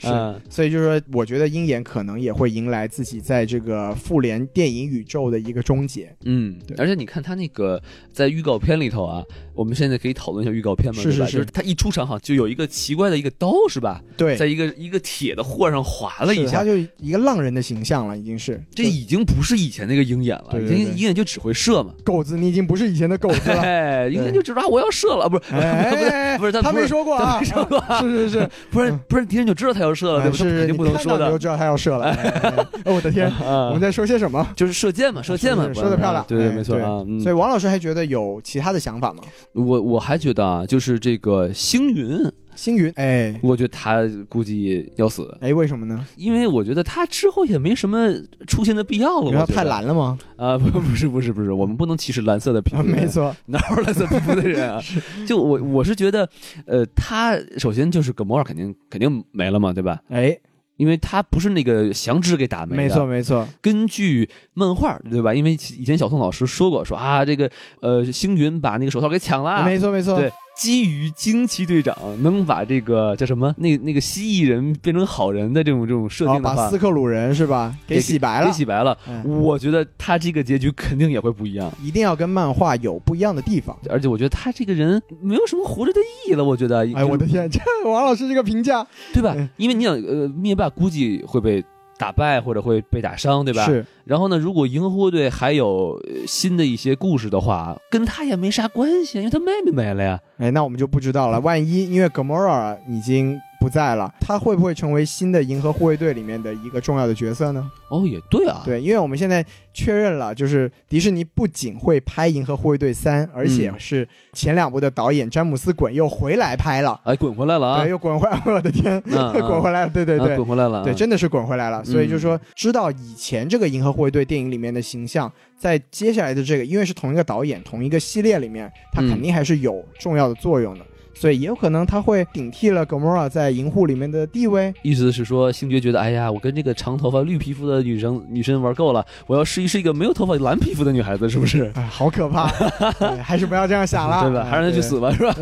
S1: 是，
S2: 嗯
S1: 所以就是说，我觉得鹰眼可能也会迎来自己在这个复联电影宇宙的一个终结。
S2: 嗯
S1: 对，
S2: 而且你看他那个在预告片里头啊，我们现在可以讨论一下预告片吗？
S1: 是
S2: 对吧
S1: 是是
S2: 就是他一出场好像就有一个奇怪的一个刀是吧，
S1: 对，
S2: 在一个一个铁的豁上划了一
S1: 他
S2: 下，
S1: 就一个浪人的形象了，已经是
S2: 这已经不是以前那个鹰眼了，
S1: 对
S2: 已
S1: 对
S2: 经
S1: 对
S2: 鹰眼就只会射嘛，
S1: 狗子，你已经不是以前的狗子了。
S2: 哎，鹰眼就知道啊我要射了，不是
S1: 哎，
S2: 不是他
S1: 他
S2: 不
S1: 没
S2: 是
S1: 说过啊，
S2: 他没说过 啊
S1: 是是是，
S2: 不然
S1: 嗯
S2: 不然敌人就知道他要射了，对
S1: 哎
S2: 吧？他
S1: 是
S2: 肯定不能
S1: 你看到
S2: 说
S1: 你
S2: 的
S1: 就。知道他要射 了。哎哎哎哎我的天，我
S2: 啊
S1: 们，在啊说些什么？
S2: 就是射箭嘛，射箭嘛，
S1: 是说得漂亮
S2: 对对，
S1: 哎
S2: 没错
S1: 对
S2: 啊。嗯
S1: 所以王老师还觉得有其他的想法吗？
S2: 我我还觉得啊，就是这个星云，
S1: 星云，哎
S2: 我觉得他估计要死，
S1: 哎，为什么呢？
S2: 因为我觉得他之后也没什么出现的必要
S1: 你
S2: 了。我
S1: 说
S2: 觉
S1: 太
S2: 得
S1: 蓝了 吗？
S2: 啊，不不是不是不是，我们不能歧视蓝色的皮肤，
S1: 没，错，
S2: 哪有蓝色皮肤的 人啊？就我我是觉得，呃，他首先就是葛摩尔肯定肯定没了嘛，对吧？
S1: 哎，
S2: 因为他不是那个响指给打没的，
S1: 没错没错，
S2: 根据漫画，对吧？因为以前小宋老师说过，说啊，这个呃，星云把那个手套给抢了。
S1: 没错没错，
S2: 啊
S1: 哦
S2: 对，基于惊奇队长能把这个叫什么那那个蜥蜴人变成好人的这种这种设
S1: 然后
S2: 定的
S1: 哦把
S2: 话，
S1: 斯克鲁人是吧给洗白了
S2: 给，洗白了。
S1: 哎
S2: 我觉得他这个结局肯定也会不一样，
S1: 一定要跟漫画有不一样的地方。
S2: 而且我觉得他这个人没有什么活着的意义了。我觉得，
S1: 哎，我的天，这 王老师这个评价，
S2: 对吧
S1: 嗯？
S2: 因为你想，呃，灭霸估计会被打败或者会被打伤，对吧？
S1: 是
S2: 然后呢，如果银护队还有呃新的一些故事的话，跟他也没啥关系，因为他妹妹没了呀。
S1: 哎，那我们就不知道
S2: 嗯
S1: 了。万一因为 Gamora 已经不在了，他会不会成为新的银河护卫队里面的一个重要的角色呢？
S2: 哦，也对啊，
S1: 对，因为我们现在确认了，就是迪士尼不仅会拍《银河护卫队三》，而且
S2: 嗯
S1: 是前两部的导演詹姆斯·滚又回来拍了，
S2: 哎，滚回来了啊
S1: 对，，又滚回来， 我的天，
S2: 嗯嗯
S1: 滚回来了，对对
S2: 啊
S1: 对，
S2: 滚回来了啊，嗯
S1: 对，真的是滚回来了。所以就是说，知道以前这个《银河护卫队》电影里面的形象，在
S2: 嗯
S1: 接下来的这个，因为是同一个导演、同一个系列里面，它肯定还是有重要的作用的。所以也有可能他会顶替了 Gamora 在银护里面的地位。
S2: 意思是说，星爵觉得，哎呀，我跟这个长头发绿皮肤的女生女生玩够了，我要试一试一个没有头发蓝皮肤的女孩子，是不 是？
S1: 哎，好可 怕！对还是不要这样想了，
S2: 对吧？
S1: 哎
S2: 还让她去！死吧，是吧？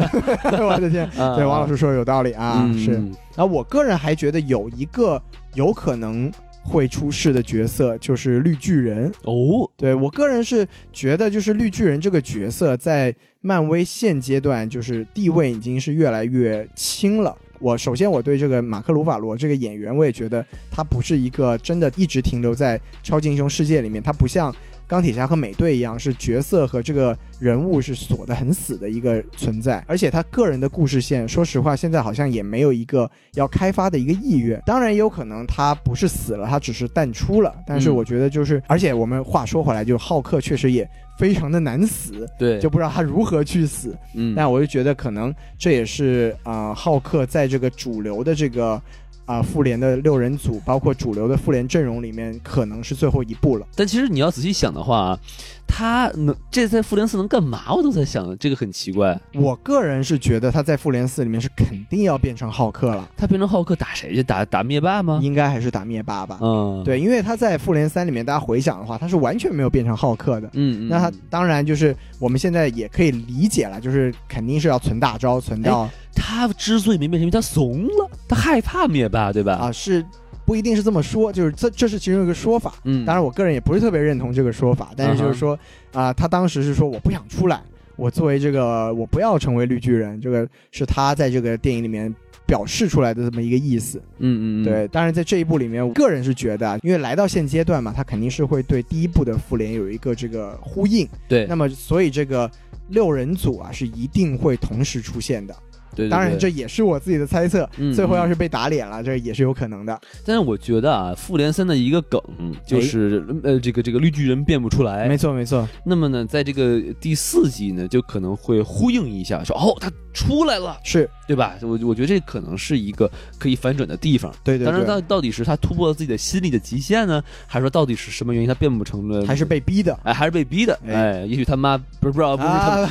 S1: 对 我的天，
S2: 啊
S1: 对，王老师说的有道理啊，
S2: 嗯
S1: 是。
S2: 嗯
S1: 啊，我个人还觉得有一个有可能会出事的角色就是绿巨人。
S2: 哦，
S1: 对我个人是觉得，就是绿巨人这个角色在漫威现阶段就是地位已经是越来越轻了。我首先我对这个马克·鲁法罗这个演员，我也觉得他不是一个真的一直停留在超级英雄世界里面，他不像钢铁侠和美队一样是角色和这个人物是锁得很死的一个存在，而且他个人的故事线，说实话现在好像也没有一个要开发的一个意愿。当然也有可能他不是死了，他只是淡出了，但是
S2: 嗯
S1: 我觉得就是，而且我们话说回来，就是浩克确实也非常的难死，
S2: 对，
S1: 就不知道他如何去死。
S2: 嗯，
S1: 但我就觉得可能这也是啊、呃浩克在这个主流的这个啊、复联的六人组，包括主流的复联阵容里面，可能是最后一步了。
S2: 但其实你要仔细想的话啊，他能这在复联四能干嘛？我都在想，这个很奇怪。
S1: 我个人是觉得他在复联四里面是肯定要变成浩克了，
S2: 他变成浩克打谁去？打打灭霸吗？
S1: 应该还是打灭霸吧？
S2: 嗯，，
S1: 对，因为他在复联三里面，大家回想的话，他是完全没有变成浩克的。
S2: 嗯，嗯
S1: 那他
S2: 嗯
S1: 当然就是我们现在也可以理解了，就是肯定是要存大招，存到
S2: 他之所以没变成，因为他怂了，他害怕灭霸，对吧？
S1: 啊是不一定是这么说，就是这这是其中一个说法。
S2: 嗯，
S1: 当然，我个人也不是特别认同这个说法，但是就是说，啊、他当时是说我不想出来，我作为这个我不要成为绿巨人，这个是他在这个电影里面表示出来的这么一个意思。
S2: 嗯，嗯嗯，
S1: 对，当然在这一部里面，我个人是觉得，啊，因为来到现阶段嘛，他肯定是会对第一部的复联有一个这个呼应。
S2: 对
S1: 那么所以这个六人组啊是一定会同时出现的。
S2: 对，对
S1: 当然，
S2: 对
S1: 这也是我自己的猜测。
S2: 嗯
S1: 最后要
S2: 嗯
S1: 是被打脸了，这也是有可能的。
S2: 但是我觉得啊，复联三的一个梗就是、呃，这个这个绿巨人变不出来。
S1: 哎没错，没错，
S2: 那么呢，在这个第四季呢，就可能会呼应一下，说哦，他出来了，
S1: 是
S2: 对吧？我我觉得这可能是一个可以反转的地方。
S1: 对对对。
S2: 当然，到到底是他突破了自己的心理的极限呢，还是说到底是什么原因他变不成了？
S1: 还是被逼的。
S2: 哎，还是被逼的？
S1: 哎
S2: 哎，也许他妈不是不知道，不是他 妈，
S1: 啊，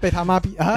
S1: 被他妈逼啊！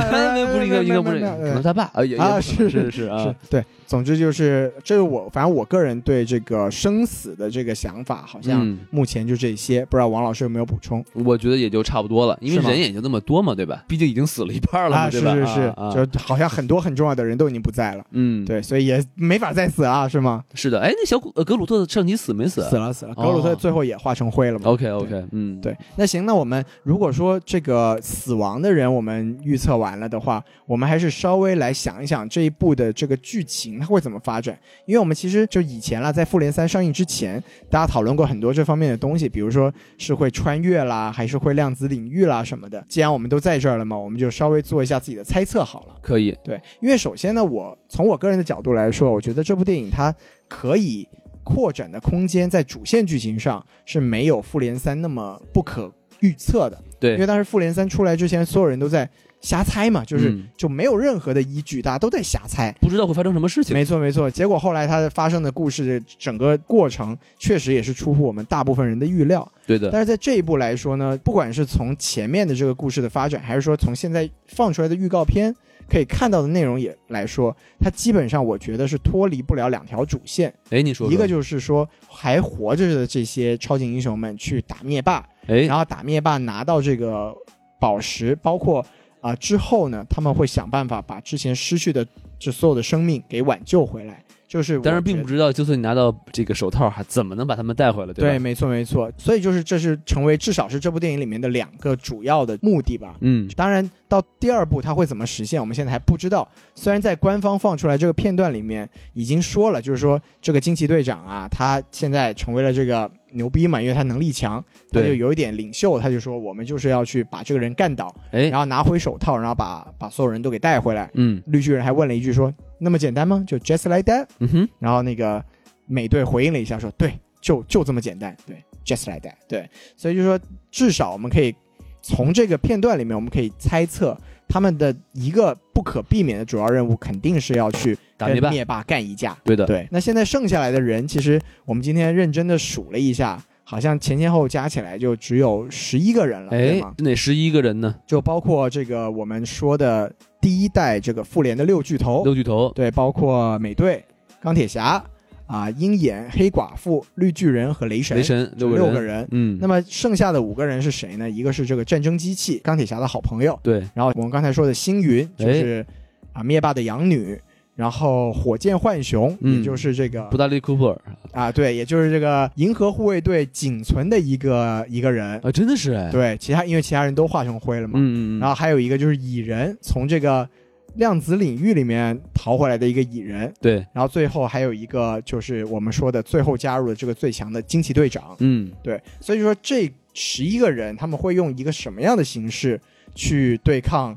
S2: 不是应该应该不是，
S1: 没有没有没
S2: 可
S1: 有
S2: 能他爸啊，也也
S1: 啊
S2: 不可
S1: 是
S2: 能是是
S1: 是
S2: 啊，
S1: 对，总之就是，这是我反正我个人对这个生死的这个想法，好像
S2: 嗯
S1: 目前就这些，不知道王老师有没有补充？
S2: 我觉得也就差不多了，因为
S1: 是吗
S2: 人也就那么多嘛，对吧？毕竟已经死了一半了嘛，
S1: 啊，是
S2: 对吧？
S1: 是是
S2: 啊，啊
S1: 就好像很多很重要的人都已经不在了，
S2: 嗯，，
S1: 对，所以也没法再死啊，是吗？
S2: 是的。哎，那小古呃格鲁特的上级死没死
S1: 死了死了，
S2: 哦
S1: 格鲁特最后也化成灰了嘛。
S2: ？OK OK，嗯，，
S1: 对，那行，那我们如果说这个死亡的人我们预测完了的话，我们还是稍微来想一想这一部的这个剧情它会怎么发展，因为我们其实就以前啦，在《复联三》上映之前，大家讨论过很多这方面的东西，比如说是会穿越啦，还是会量子领域啦什么的。既然我们都在这儿了嘛，我们就稍微做一下自己的猜测好了。
S2: 可以，
S1: 对，因为首先呢，我从我个人的角度来说，我觉得这部电影它可以扩展的空间在主线剧情上是没有《复联三》那么不可预测的，因为
S2: 对，
S1: 当时《复联三》出来之前，所有人都在瞎猜嘛，就是、
S2: 嗯
S1: 就没有任何的依据，大家都在瞎猜。
S2: 不知道会发生什么事情。
S1: 没错，没错。结果后来它发生的故事整个过程，确实也是出乎我们大部分人的预料。
S2: 对的，
S1: 但是在这一步来说呢，不管是从前面的这个故事的发展，还是说从现在放出来的预告片可以看到的内容也来说，它基本上我觉得是脱离不了两条主线，
S2: 哎，你说
S1: 一个
S2: 就
S1: 就是说还活着的这些超级英雄们去打灭霸，
S2: 哎
S1: 然后打灭霸拿到这个宝石，包括啊、之后呢，他们会想办法把之前失去的这所有的生命给挽救回来。就是我觉得，
S2: 但是并不知道，就算你拿到这个手套，还怎么能把他们带回来，
S1: 对，
S2: 吧？
S1: 没错没错，所以就是这是成为至少是这部电影里面的两个主要的目的吧。
S2: 嗯，
S1: 当然，到第二部它会怎么实现，我们现在还不知道。虽然在官方放出来这个片段里面已经说了，就是说这个惊奇队长啊，他现在成为了这个牛逼嘛，因为他能力强，他
S2: 对
S1: 就有一点领袖，他就说我们就是要去把这个人干倒，
S2: 哎
S1: 然，后拿回手套，然后把把所有人都给带回来。
S2: 嗯
S1: 绿巨人还问了一句说：“那么简单吗？就 just like that。”
S2: 嗯哼，
S1: 然后那个美队回应了一下说：“对，就就这么简单，对，just like that。”对，所以就说至少我们可以从这个片段里面，我们可以猜测他们的一个不可避免的主要任务肯定是要去
S2: 打灭
S1: 跟
S2: 霸，
S1: 灭霸干一架。
S2: 对的，
S1: 对，那现在剩下来的人，其实我们今天认真的数了一下，好像前前后后加起来就只有十一个人了，对
S2: 哎
S1: 吗？，
S2: 哪十一个人呢？
S1: 就包括这个我们说的第一代这个复联的六巨头，
S2: 六巨头，
S1: 哦对，包括美队、钢铁侠啊、鹰眼、黑寡妇、绿巨人和雷神，
S2: 雷神
S1: 这
S2: 六
S1: 六
S2: 个
S1: 个
S2: 人，
S1: 人。
S2: 嗯，
S1: 那么剩下的五个人是谁呢？一个是这个战争机器，钢铁侠的好朋友，
S2: 对，
S1: 然后我们刚才说的星云
S2: 哎
S1: 就是啊灭霸的养女，然后火箭浣熊，
S2: 嗯
S1: 也就是这个
S2: 布达利库珀
S1: 啊对，也就是这个银河护卫队仅存的一个一个人，
S2: 啊，真的是哎，
S1: 对，啊其他因为其他人都化成灰了嘛，
S2: 嗯嗯嗯，
S1: 然
S2: 后
S1: 后还有一个就是蚁人从这个量子领域里面逃回来的一个蚁人，
S2: 对，
S1: 然后最后还有一个就是我们说的最后加入了这个最强的惊奇队长，
S2: 嗯，
S1: 对，所以说这十一个人他们会用一个什么样的形式去对抗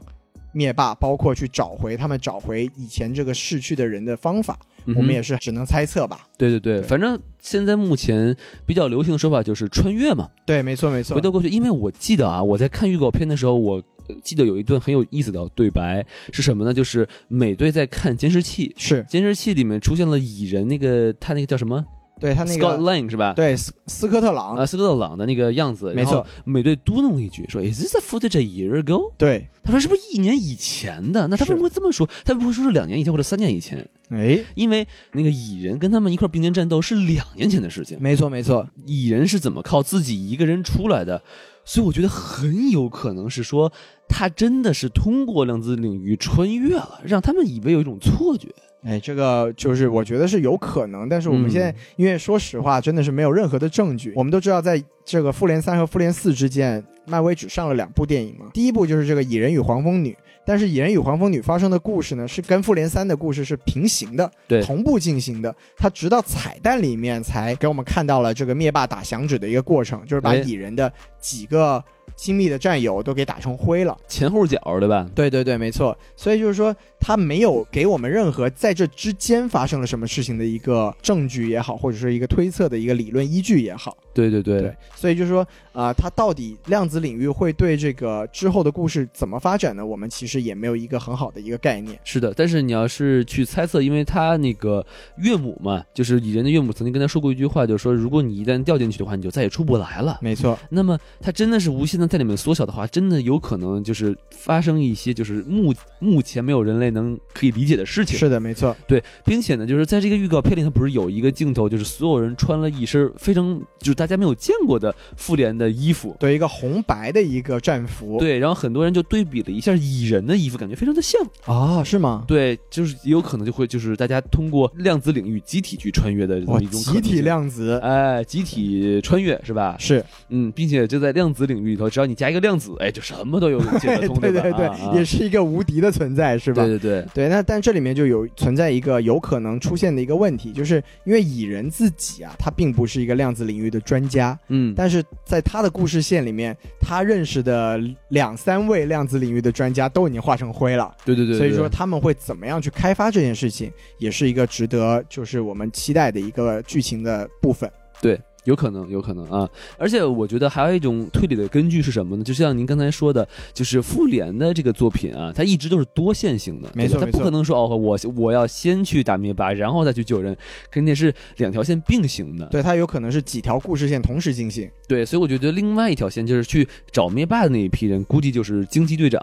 S1: 灭霸，包括去找回他们找回以前这个逝去的人的方法，我们也
S2: 是，
S1: 是只能猜测吧。
S2: 嗯对对对，
S1: 对
S2: 反正现在目前比较流行的说法就是穿越嘛，
S1: 对，没错没错
S2: 回，到过去，因为我记得啊，我在看预告片的时候，我呃记得有一段很有意思的对白是什么呢？就是美队在看监视器，
S1: 是
S2: 监视器里面出现了蚁人那个他那个叫什么、
S1: 对他
S2: s
S1: 那
S2: c o t t
S1: 个
S2: Lang 是吧？
S1: 对斯斯科特朗，
S2: 啊，斯科特朗的那个样子，
S1: 没错。
S2: 美队嘟囔了一句，说：“Is this a footage a year ago？”
S1: 对，
S2: 他说：“是不是一年以前的？”那他
S1: 是
S2: 为什么会这么说？他为什么会说是两年以前或者三年以前？
S1: 哎，
S2: 因为那个蚁人跟他们一块并肩战斗是两年前的事情。
S1: 没错没错，
S2: 蚁人是怎么靠自己一个人出来的，所以我觉得很有可能是说他真的是通过量子领域穿越了，让他们以为有一种错觉。
S1: 哎，这个就是我觉得是有可能，但是我们
S2: 嗯
S1: 现在、因为说实话，真的是没有任何的证据。我们都知道，在这个复联三和复联四之间，漫威只上了两部电影嘛。第一部就是这个蚁人与黄蜂女，但是蚁人与黄蜂女发生的故事呢，是跟复联三的故事是平行的，
S2: 对
S1: 同步进行的。它直到彩蛋里面才给我们看到了这个灭霸打响指的一个过程，就是把
S2: 哎
S1: 蚁人的几个亲密的战友都给打成灰了。
S2: 前后脚，对吧？
S1: 对对对，没错。所以就是说，他没有给我们任何在这之间发生了什么事情的一个证据也好，或者说一个推测的一个理论依据也好。
S2: 对对对，
S1: 对，所以就是说，啊、它到底量子领域会对这个之后的故事怎么发展呢？我们其实也没有一个很好的一个概念。
S2: 是的。但是你要是去猜测，因为他那个岳母嘛，就是蚁人的岳母曾经跟他说过一句话，就是说如果你一旦掉进去的话，你就再也出不来了。
S1: 没错，
S2: 那么他真的是无限的在里面缩小的话，真的有可能就是发生一些就是目目前没有人类能可以理解的事情。
S1: 是的，没错，
S2: 对，并且呢，就是在这个预告片里，它不是有一个镜头，就是所有人穿了一身非常就是大家没有见过的复联的衣服。
S1: 对一个红白的一个战服。
S2: 对，然后很多人就对比了一下蚁人的衣服，感觉非常的像。
S1: 啊，是吗？
S2: 对，就是也有可能就会就是大家通过量子领域集体去穿越的这
S1: 哇，
S2: 么一种可
S1: 集
S2: 能
S1: 体
S2: 性，
S1: 量子、
S2: 哎，集体穿越是吧？
S1: 是，
S2: 嗯，并且就在量子领域里头，只要你加一个量子，哎，就什么都有解得通，
S1: 对
S2: 吧？
S1: 对对，
S2: 啊啊
S1: 也是一个无敌的存在，是吧？
S2: 对对对，
S1: 对，那但这里面就有存在一个有可能出现的一个问题，就是因为蚁人自己啊，他并不是一个量子领域的专家，
S2: 嗯，
S1: 但是在他的故事线里面，他认识的两三位量子领域的专家都已经化成灰了，
S2: 对对对，
S1: 所以
S2: 对
S1: 说他们会怎么样去开发这件事情，也是一个值得就是我们期待的一个剧情的部分。
S2: 对，有可能，有可能啊！而且我觉得还有一种推理的根据是什么呢？就像您刚才说的，就是复联的这个作品啊，它一直都是多线性的，
S1: 没错
S2: 对吧
S1: 没错
S2: 它不可能说哦，我我要先去打灭霸，然后再去救人，肯定是两条线并行的。
S1: 对，它有可能是几条故事线同时进行。
S2: 对，所以我觉得另外一条线就是去找灭霸的那一批人，估计就是惊奇队长、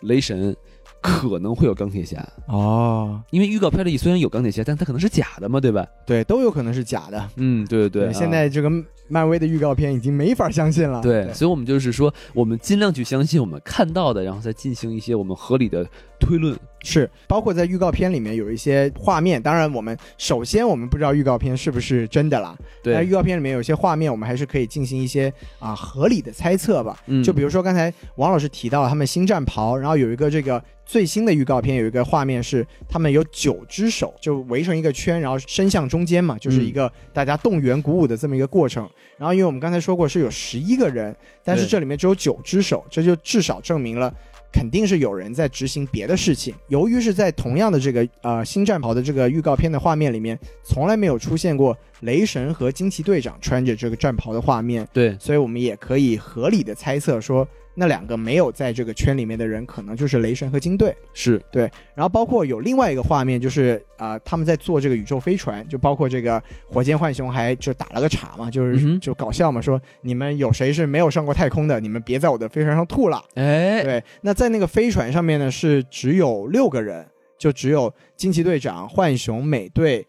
S2: 雷神。可能会有钢铁侠，
S1: 哦，
S2: 因为预告片里虽然有钢铁侠，但它可能是假的嘛，对吧？
S1: 对，都有可能是假的。
S2: 嗯，对对对，
S1: 现
S2: 啊
S1: 在啊这个漫威的预告片已经没法相信了。
S2: 对，所以我们就是说，我们尽量去相信我们看到的，然后再进行一些我们合理的推论。
S1: 是，包括在预告片里面有一些画面，当然我们首先我们不知道预告片是不是真的啦，但是
S2: 对
S1: 预，告片里面有些画面，我们还是可以进行一些啊合理的猜测吧。
S2: 嗯
S1: 就比如说刚才王老师提到了他们新战袍，然后有一个这个最新的预告片有一个画面是他们有九只手就围成一个圈，然后伸向中间嘛，
S2: 嗯
S1: 就是一个大家动员鼓舞的这么一个过程。然后因为我们刚才说过是有十一个人，但是
S2: 对
S1: 这里面只有九只手，这就至少证明了。肯定是有人在执行别的事情。由于是在同样的这个呃新战袍的这个预告片的画面里面，从来没有出现过雷神和惊奇队长穿着这个战袍的画面，
S2: 对
S1: 所以我们也可以合理的猜测说，那两个没有在这个圈里面的人，可能就是雷神和金队。
S2: 是
S1: 然后包括有另外一个画面，就是啊、呃他们在做这个宇宙飞船，就包括这个火箭浣熊还就打了个岔嘛， 就是、
S2: 嗯哼
S1: 就搞笑嘛，说你们有谁是没有上过太空的，你们别在我的飞船上吐了。
S2: 哎，
S1: 对，那在那个飞船上面呢，是只有六个人，就只有惊奇队长、浣熊、美队、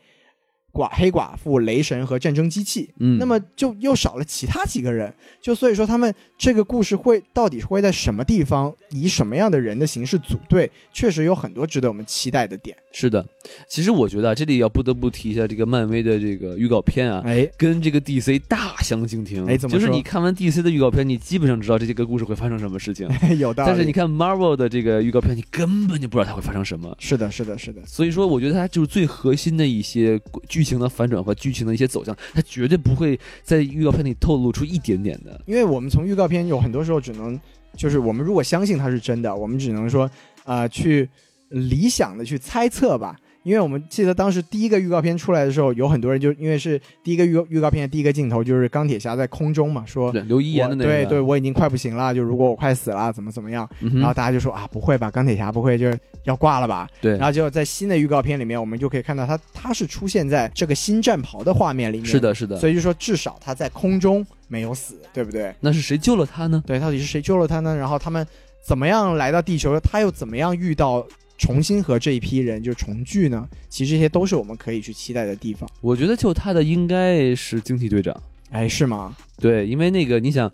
S1: 寡黑寡妇、雷神和战争机器。
S2: 嗯，
S1: 那么就又少了其他几个人，就所以说他们这个故事会到底会在什么地方，以什么样的人的形式组队，确实有很多值得我们期待的点。
S2: 是的，其实我觉得啊，这里要不得不提一下这个漫威的这个预告片啊，
S1: 哎，
S2: 跟这个 DC 大相径庭。
S1: 哎怎么
S2: 就是
S1: 说
S2: 你看完 DC 的预告片，你基本上知道这个故事会发生什么事情，
S1: 有道理。
S2: 但是你看 Marvel 的这个预告片，你根本就不知道它会发生什么。
S1: 是的，是的，是的，
S2: 所以说，我觉得它就是最核心的一些剧情的反转和剧情的一些走向，它绝对不会在预告片里透露出一点点的。
S1: 因为我们从预告片有很多时候只能，就是我们如果相信它是真的，我们只能说啊、呃去理想的去猜测吧。因为我们记得当时第一个预告片出来的时候，有很多人就因为是第一个预预告片的第一个镜头就是钢铁侠在空中嘛，说
S2: 对，刘一言的那
S1: 哦我
S2: 个，
S1: 对对，我已经快不行了，就如果我快死了，怎么怎么样？
S2: 嗯哼
S1: 然后大家就说啊，不会吧，钢铁侠不会就是要挂了吧？
S2: 对
S1: 然后结果在新的预告片里面，我们就可以看到他他是出现在这个新战袍的画面里面，
S2: 是，的，是的。
S1: 所以就说至少他在空中没有死，对不对？
S2: 那是谁救了他呢？
S1: 对，到底是谁救了他呢？然后他们怎么样来到地球？他又怎么样遇到？重新和这一批人就重聚呢？其实这些都是我们可以去期待的地方。
S2: 我觉得救他的应该是惊奇队长。
S1: 哎，是吗？
S2: 对，因为那个你想，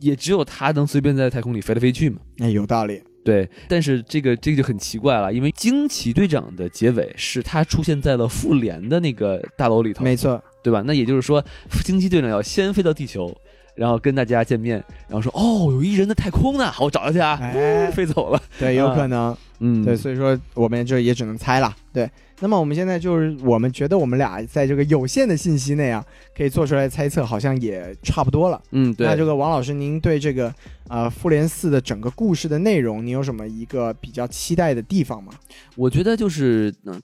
S2: 也只有他能随便在太空里飞来飞去嘛。
S1: 哎，有道理。
S2: 对，但是这个这个就很奇怪了，因为惊奇队长的结尾是他出现在了复联的那个大楼里头，
S1: 没错，
S2: 对吧？那也就是说，惊奇队长要先飞到地球，然后跟大家见面，然后说哦，有一人在太空呢，好，我找他去啊，
S1: 哎
S2: 飞走了。
S1: 对，有可能。
S2: 嗯，
S1: 对，所以说我们这也只能猜了。对，那么我们现在就是我们觉得我们俩在这个有限的信息内啊，可以做出来猜测，好像也差不多了。
S2: 嗯，对，
S1: 那这个王老师，您对这个呃《复联四》的整个故事的内容，您有什么一个比较期待的地方吗？
S2: 我觉得就是嗯。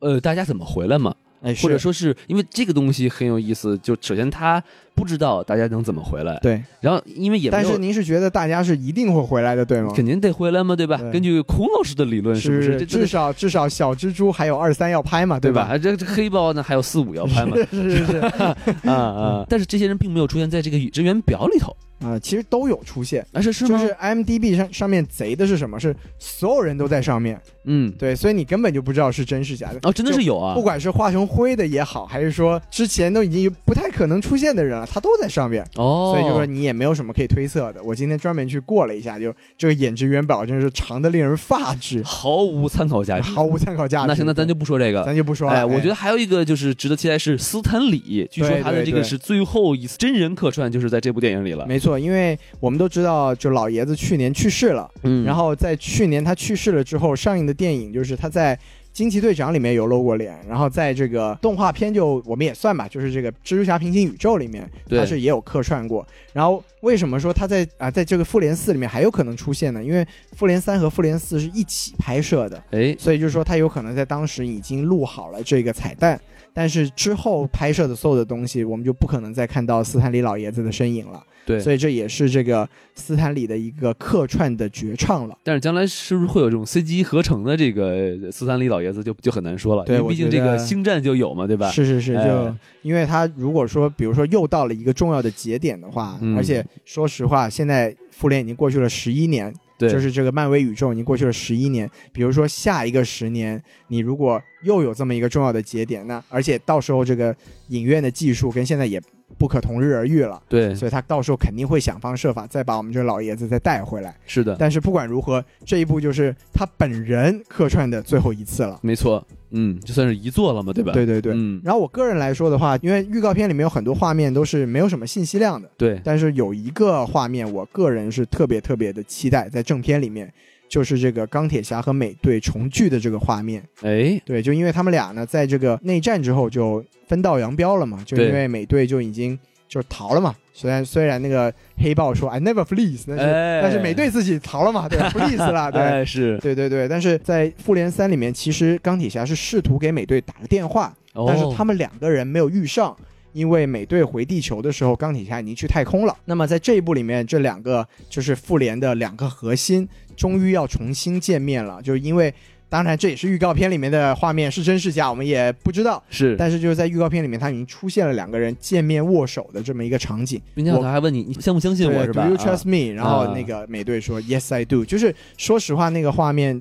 S2: 呃，大家怎么回来嘛？
S1: 哎，
S2: 或者说是因为这个东西很有意思，就首先他不知道大家能怎么回来，
S1: 对，
S2: 然后因为也没
S1: 但
S2: 有
S1: 是您是觉得大家是一定会回来的，对吗？
S2: 肯定得回来嘛，对吧？
S1: 对
S2: 根据孔老师的理论，是不是？这这
S1: 至少至少小蜘蛛还有二三要拍嘛，
S2: 对吧？哎
S1: 吧？
S2: 啊这这黑豹呢，还有四五要 拍嘛，
S1: 是是是，啊、
S2: 啊啊！但是这些人并没有出现在这个职员表里头，
S1: 啊其实都有出现。
S2: 啊，是是
S1: 就
S2: 吗？
S1: 是 M D B 上上面贼的是什么？是所有人都在上面，
S2: 嗯，
S1: 对，所以你根本就不知道是真是假的。
S2: 哦，真的是有啊
S1: 不，管是化成灰的也好，还是说之前都已经不太可能出现的人了，他都在上面，
S2: 哦，
S1: 所以就说你也没有什么可以推测的。我今天专门去过了一下，就这个演职元宝真是长的令人发指，
S2: 毫无参考价值。
S1: 毫无参考价值。
S2: 哎那行，那咱
S1: 就
S2: 就不说这个。
S1: 咱就不说啊了。
S2: 哎，我觉
S1: 得
S2: 得还有一个就是值得期待是斯坦李，据说
S1: 对
S2: 他的
S1: 对
S2: 这个
S1: 对
S2: 是最后一次真人客串，就是在这部电影里了。
S1: 没错，因为我们都知道，就老爷子去年去世了。
S2: 嗯
S1: 然后在去年他去世了之后上映的电影，就是他在《惊奇队长》里面有露过脸，然后在这个动画片就我们也算吧，就是这个《蜘蛛侠平行宇宙》里面，
S2: 对
S1: 他是也有客串过。然后为什么说他在啊、在这个《复联四》里面还有可能出现呢？因为《复联三》和《复联四》是一起拍摄的，
S2: 哎，
S1: 所以就是说他有可能在当时已经录好了这个彩蛋。但是之后拍摄的所有的东西，我们就不可能再看到斯坦李老爷子的身影了，
S2: 对，
S1: 所以这也是这个斯坦李的一个客串的绝唱了。
S2: 但是将来是不是会有这种 CG 合成的这个斯坦李老爷子就就很难说了，
S1: 对
S2: 因为毕竟这
S1: 我
S2: 个
S1: 觉得
S2: 星战就有嘛，对吧？
S1: 是是是，
S2: 哎
S1: 就因为他如果说，比如说又到了一个重要的节点的话，
S2: 嗯
S1: 而且说实话，现在复联已经过去了十一年，
S2: 对，
S1: 就是这个漫威宇宙已经过去了十一年。比如说下一个十年，你如果又有这么一个重要的节点，那而且到时候这个影院的技术跟现在也不可同日而语了，
S2: 对，
S1: 所以他到时候肯定会想方设法再把我们这老爷子再带回来。
S2: 是的，
S1: 但是不管如何，这一部就是他本人客串的最后一次了。
S2: 没错，嗯，就算是一座了嘛，对吧？
S1: 对对对，
S2: 嗯，
S1: 然后我个人来说的话，因为预告片里面有很多画面都是没有什么信息量的，
S2: 对，
S1: 但是有一个画面我个人是特别特别的期待，在正片里面，就是这个钢铁侠和美队重聚的这个画面。
S2: 哎，
S1: 对，就因为他们俩呢，在这个内战之后就分道扬镳了嘛，就
S2: 对
S1: 因为美队就已经就逃了嘛。虽然虽然那个黑豹说 “I never flees”，但是、
S2: 哎
S1: 但是美队自己逃了嘛，对吧？flees 了，对。
S2: 哎是，
S1: 对对对，但是在复联三里面，其实钢铁侠是试图给美队打个电话，
S2: 哦
S1: 但是他们两个人没有遇上，因为美队回地球的时候，钢铁侠已经去太空了。那么在这一部里面，这两个就是复联的两个核心，终于要重新见面了。就是因为，当然这也是预告片里面的画面是真是假，我们也不知道。
S2: 是，
S1: 但是就是在预告片里面，他已经出现了两个人见面握手的这么一个场景。
S2: 并且他还问你，你相不相信我
S1: 对
S2: 是吧
S1: d o you
S2: 啊
S1: trust me？、然后那个美队说、Yes, I do。就是说实话，那个画面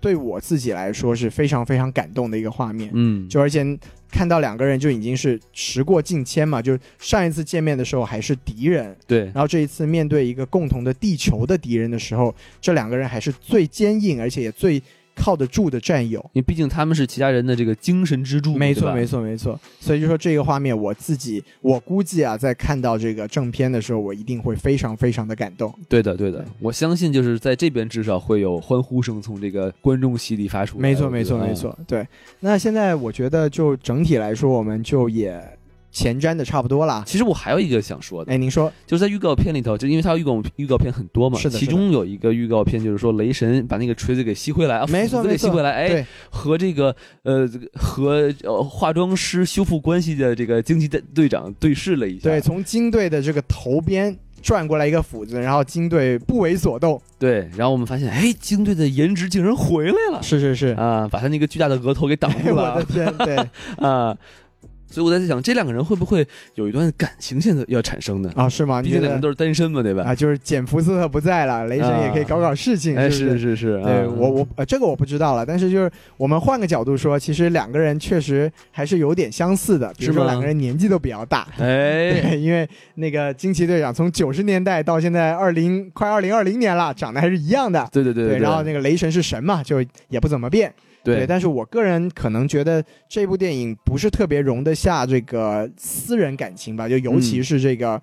S1: 对我自己来说是非常非常感动的一个画面。
S2: 嗯，
S1: 就而且看到两个人就已经是时过境迁嘛，就是上一次见面的时候还是敌人，
S2: 对，
S1: 然后这一次面对一个共同的地球的敌人的时候，这两个人还是最坚硬而且也最靠得住的战友。
S2: 因为毕竟他们是其他人的这个精神支柱，
S1: 没
S2: 对
S1: 错，
S2: 吧
S1: 没，错，没错。所以就说这个画面，我自己我估计啊，在看到这个正片的时候，我一定会非常非常的感动。
S2: 对的，对的
S1: 对，
S2: 我相信就是在这边至少会有欢呼声从这个观众席里发出来，
S1: 没错，
S2: 我觉得啊
S1: 没错，没，错。对，那现在我觉得就整体来说，我们就也前瞻的差不多了
S2: 嗯。其实我还有一个想说的，
S1: 哎，您说
S2: 就是在预告片里头，就因为它预告预告片很多嘛，
S1: 是的
S2: 其中有一个预告片就是说雷神把那个锤子给吸回来，啊
S1: 没错
S2: 斧子给
S1: 没错
S2: 吸回来，哎，
S1: 对，
S2: 和这个呃这个和呃化妆师修复关系的这个惊奇队队长对视了一下，
S1: 对，从金队的这个头边转过来一个斧子，然后金队不为所动。
S2: 对，然后我们发现，哎，金队的颜值竟然回来了
S1: 是是是，
S2: 啊，把他那个巨大的额头给挡
S1: 哎
S2: 住
S1: 我
S2: 了啊
S1: 的天，对
S2: 啊。所以我在想，这两个人会不会有一段感情线的要产生呢？
S1: 啊，是吗？
S2: 毕
S1: 你
S2: 竟
S1: 觉
S2: 两个人
S1: 得
S2: 都是单身嘛，对吧？
S1: 啊，就是简福斯特不在了，雷神也可以搞搞事情，
S2: 哎，
S1: 是不
S2: 是是是，
S1: 对
S2: 啊
S1: 我我呃这个我不知道了，但是就是我们换个角度说，其实两个人确实还是有点相似的，比如
S2: 是
S1: 说
S2: 吗
S1: 两个人年纪都比较大。
S2: 哎，
S1: 对，因为那个惊奇队长从九十年代到现在二零快二零二零年了，长得还是一样的。
S2: 对对对对，
S1: 然后那个雷神是神嘛，就也不怎么变。
S2: 对
S1: 但是我个人可能觉得这部电影不是特别容得下这个私人感情吧，就
S2: 嗯
S1: 尤其是这个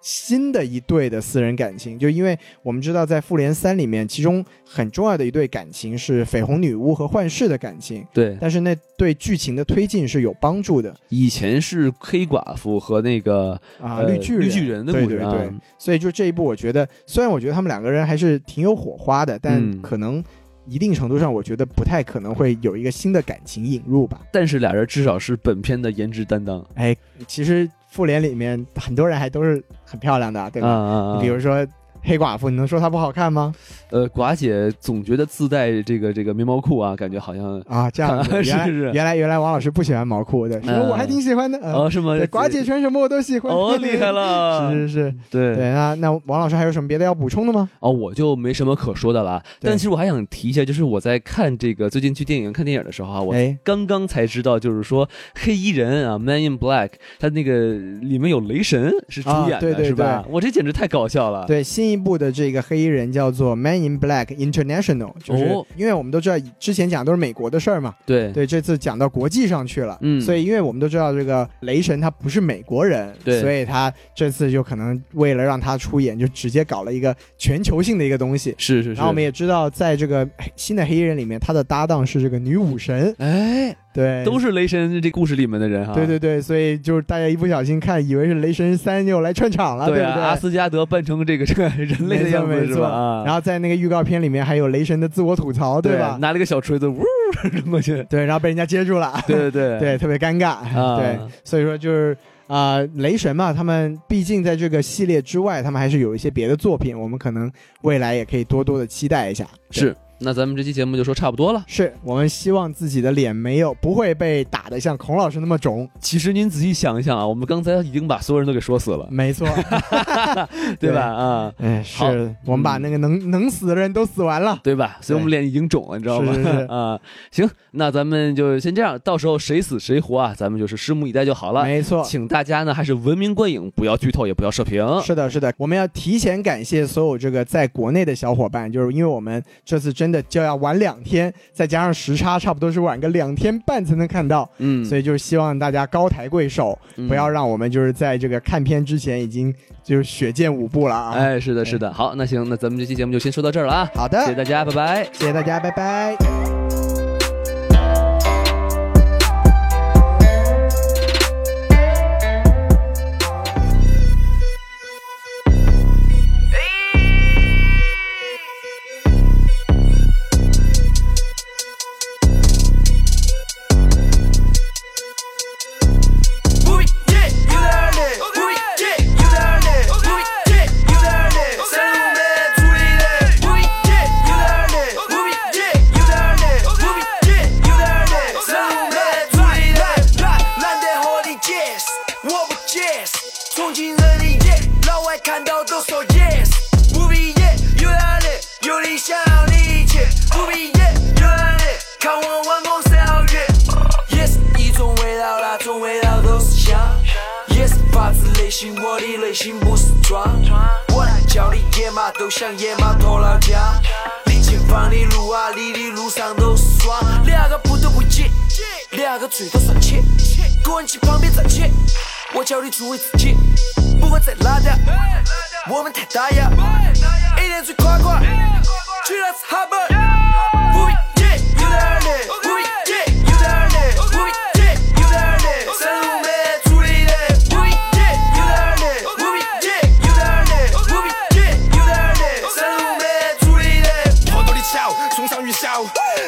S1: 新的一对的私人感情，就因为我们知道在复联三里面，其中很重要的一对感情是绯红女巫和幻视的感情，
S2: 对，
S1: 但是那对剧情的推进是有帮助的
S2: 以前是黑寡妇和那个
S1: 啊，
S2: 呃
S1: 绿巨人，
S2: 绿巨人的故事
S1: 对
S2: 啊
S1: 对对，所以就这一部，我觉得虽然我觉得他们两个人还是挺有火花的，但
S2: 嗯
S1: 可能。一定程度上，我觉得不太可能会有一个新的感情引入吧。
S2: 但是俩人至少是本片的颜值担当
S1: 哎，其实复联里面很多人还都是很漂亮的，对
S2: 啊
S1: 吧？
S2: 啊啊！
S1: 你比如说黑寡妇，你能说她不好看吗？
S2: 呃，寡姐总觉得自带这个这个棉毛裤啊，感觉好像
S1: 啊，这样子，
S2: 是
S1: 原来
S2: 是嗯
S1: 原来原来王老师不喜欢毛裤，对，说我还挺喜欢的。呃
S2: 哦是吗？
S1: 对，寡姐穿什么我都喜欢。
S2: 哦厉害了，
S1: 是是是，
S2: 对
S1: 对，那那王老师还有什么别的要补充的吗？
S2: 哦，我就没什么可说的了。啊
S1: 对
S2: 但其实我还想提一下，就是我在看这个最近去电影院看电影的时候啊，我
S1: 哎，
S2: 刚刚才知道，就是说黑衣人啊，Man in Black，他那个里面有雷神是主演的，
S1: 啊对对
S2: 是吧？我这简直太搞笑了。
S1: 对，新一部的这个黑衣人叫做 Man in Black International，就是、
S2: 哦
S1: 因为我们都知道之前讲都是美国的事儿嘛，
S2: 对
S1: 对，这次讲到国际上去了，
S2: 嗯
S1: 所以因为我们都知道这个雷神他不是美国人，
S2: 对
S1: 所以他这次就可能为了让他出演，就直接搞了一个全球性的一个东西。
S2: 是是是。
S1: 然后我们也知道，在这个新的黑衣人里面，他的搭档是这个女武神，
S2: 哎，
S1: 对，
S2: 都
S1: 是。
S2: 是雷啊神这故事里面的人哈、
S1: 对对对，所以就是大家一不小心看，以为是雷神三又来串场了，
S2: 对啊，
S1: 不对？
S2: 阿斯加德扮成这个这个人类的
S1: 没错
S2: 样子
S1: 没
S2: 是
S1: 错
S2: 吧？啊，
S1: 然后在那个预告片里面还有雷神的自我吐槽，
S2: 对
S1: 吧？
S2: 拿了个小锤子，呜扔过去。
S1: 对，然后被人家接住了，
S2: 对对对
S1: 对，特别尴尬，
S2: 啊
S1: 对，所以说就是啊、呃雷神嘛，他们毕竟在这个系列之外，他们还是有一些别的作品，我们可能未来也可以多多的期待一下。对
S2: 是。那咱们这期节目就说差不多了。
S1: 是我们希望自己的脸没有不会被打得像孔老师那么肿，
S2: 其实您仔细想一想啊，我们刚才已经把所有人都给说死了，
S1: 没错，嗯
S2: 对吧？啊，
S1: 哎，
S2: 好
S1: 是我们把那个能、能死的人都死完了，
S2: 对吧？所以我们脸已经肿了，你知道吗？
S1: 是是是
S2: 啊，行，那咱们就先这样，到时候谁死谁活啊，咱们就是拭目以待就好了。
S1: 没错。
S2: 请大家呢还是文明观影，不要剧透，也不要射评。
S1: 是的，是的，我们要提前感谢所有这个在国内的小伙伴，就是因为我们这次真的就要晚两天，再加上时差，差不多是晚个两天半才能看到，
S2: 嗯，
S1: 所以就是希望大家高抬贵手，
S2: 嗯
S1: 不要。让我们就是在这个看片之前已经就是血溅五步了啊！，
S2: 哎，是的，是的。好，那行，那咱们这期节目就先说到这儿了啊，
S1: 好的，
S2: 谢谢大家，拜拜。
S1: 谢谢大家，拜拜。
S3: Booty, yeah. 同情人的眼，老外看到都说 yes。不闭眼，有眼泪，有理想，有一切。不闭眼，有眼泪，看我弯弓射月。yes，一种味道，那种味道都是香。yes，发自内心，我的内心不是装。我来叫你野马，都像野马脱了缰。你前方的路啊，你的路上都是霜。两个步都不紧，两个最都算切。滚去旁边站起，我叫你注意自己，不管再拉掉，我们太打烊。一脸最夸夸，去了是哈本。不必急，有点儿累，不必急，有点儿累，不必急，有点儿累，山路没处理的。不必急，有点儿累，不必急，有点儿累，不必急，有点儿累，山路没处理的。
S4: 好多的巧，崇尚于笑。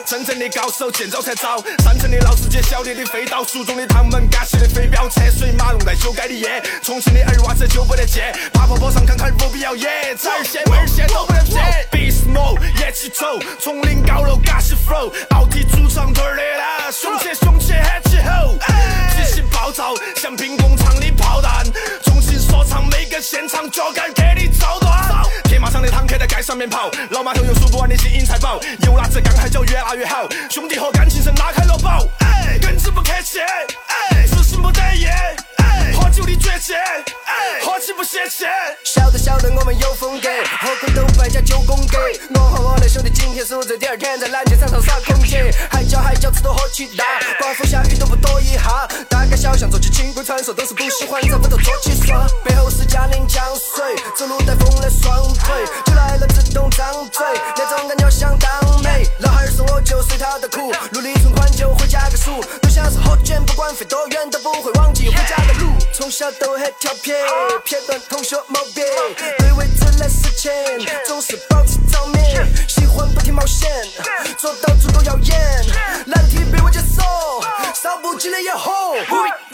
S4: 真正的高手见招拆招，山城的老师街，小店的飞刀，蜀中的唐门，嘎西的飞镖，车水马龙在修改的夜，重庆的二娃子就不得见，爬坡坡上看看不必要耶，这儿线门儿线都不能骗。b s m o 夜起走，丛林高楼嘎西 flow，奥体主场 turn it up，凶起凶起喊起吼，激情暴躁像兵工厂的炮弹，重庆说唱每个现场脚杆给你照断。铁马上的坦克在街上面跑，老码头有数不完的金银财宝，有哪只钢海叫越拉越好，兄弟伙感情深拉开了宝，哎，耿直不客气，哎，自信不得意，哎，喝酒的绝技，哎，喝起不泄气。
S3: 晓得晓得我们有风格，后空都摆加九宫格。我和我的兄弟今天是我这第二天在篮球场上耍空气，海椒海椒吃多喝起大，刮风下雨都不躲一下。大街小巷做起清规传说，都是不喜欢找不到捉起耍。背后是江陵江水，走路带风的双腿，就来了自动张嘴，那种感觉相当美。老汉儿说我就随他的苦，努力存款就会加个数，都像是喝酒不管飞多远都不会忘记回家的路。从小都很调皮，片段同学毛病，对未知的事情总是保持着迷，喜欢不停冒险，做到足够耀眼，难题被我接受，伤不起的也红。
S4: Oh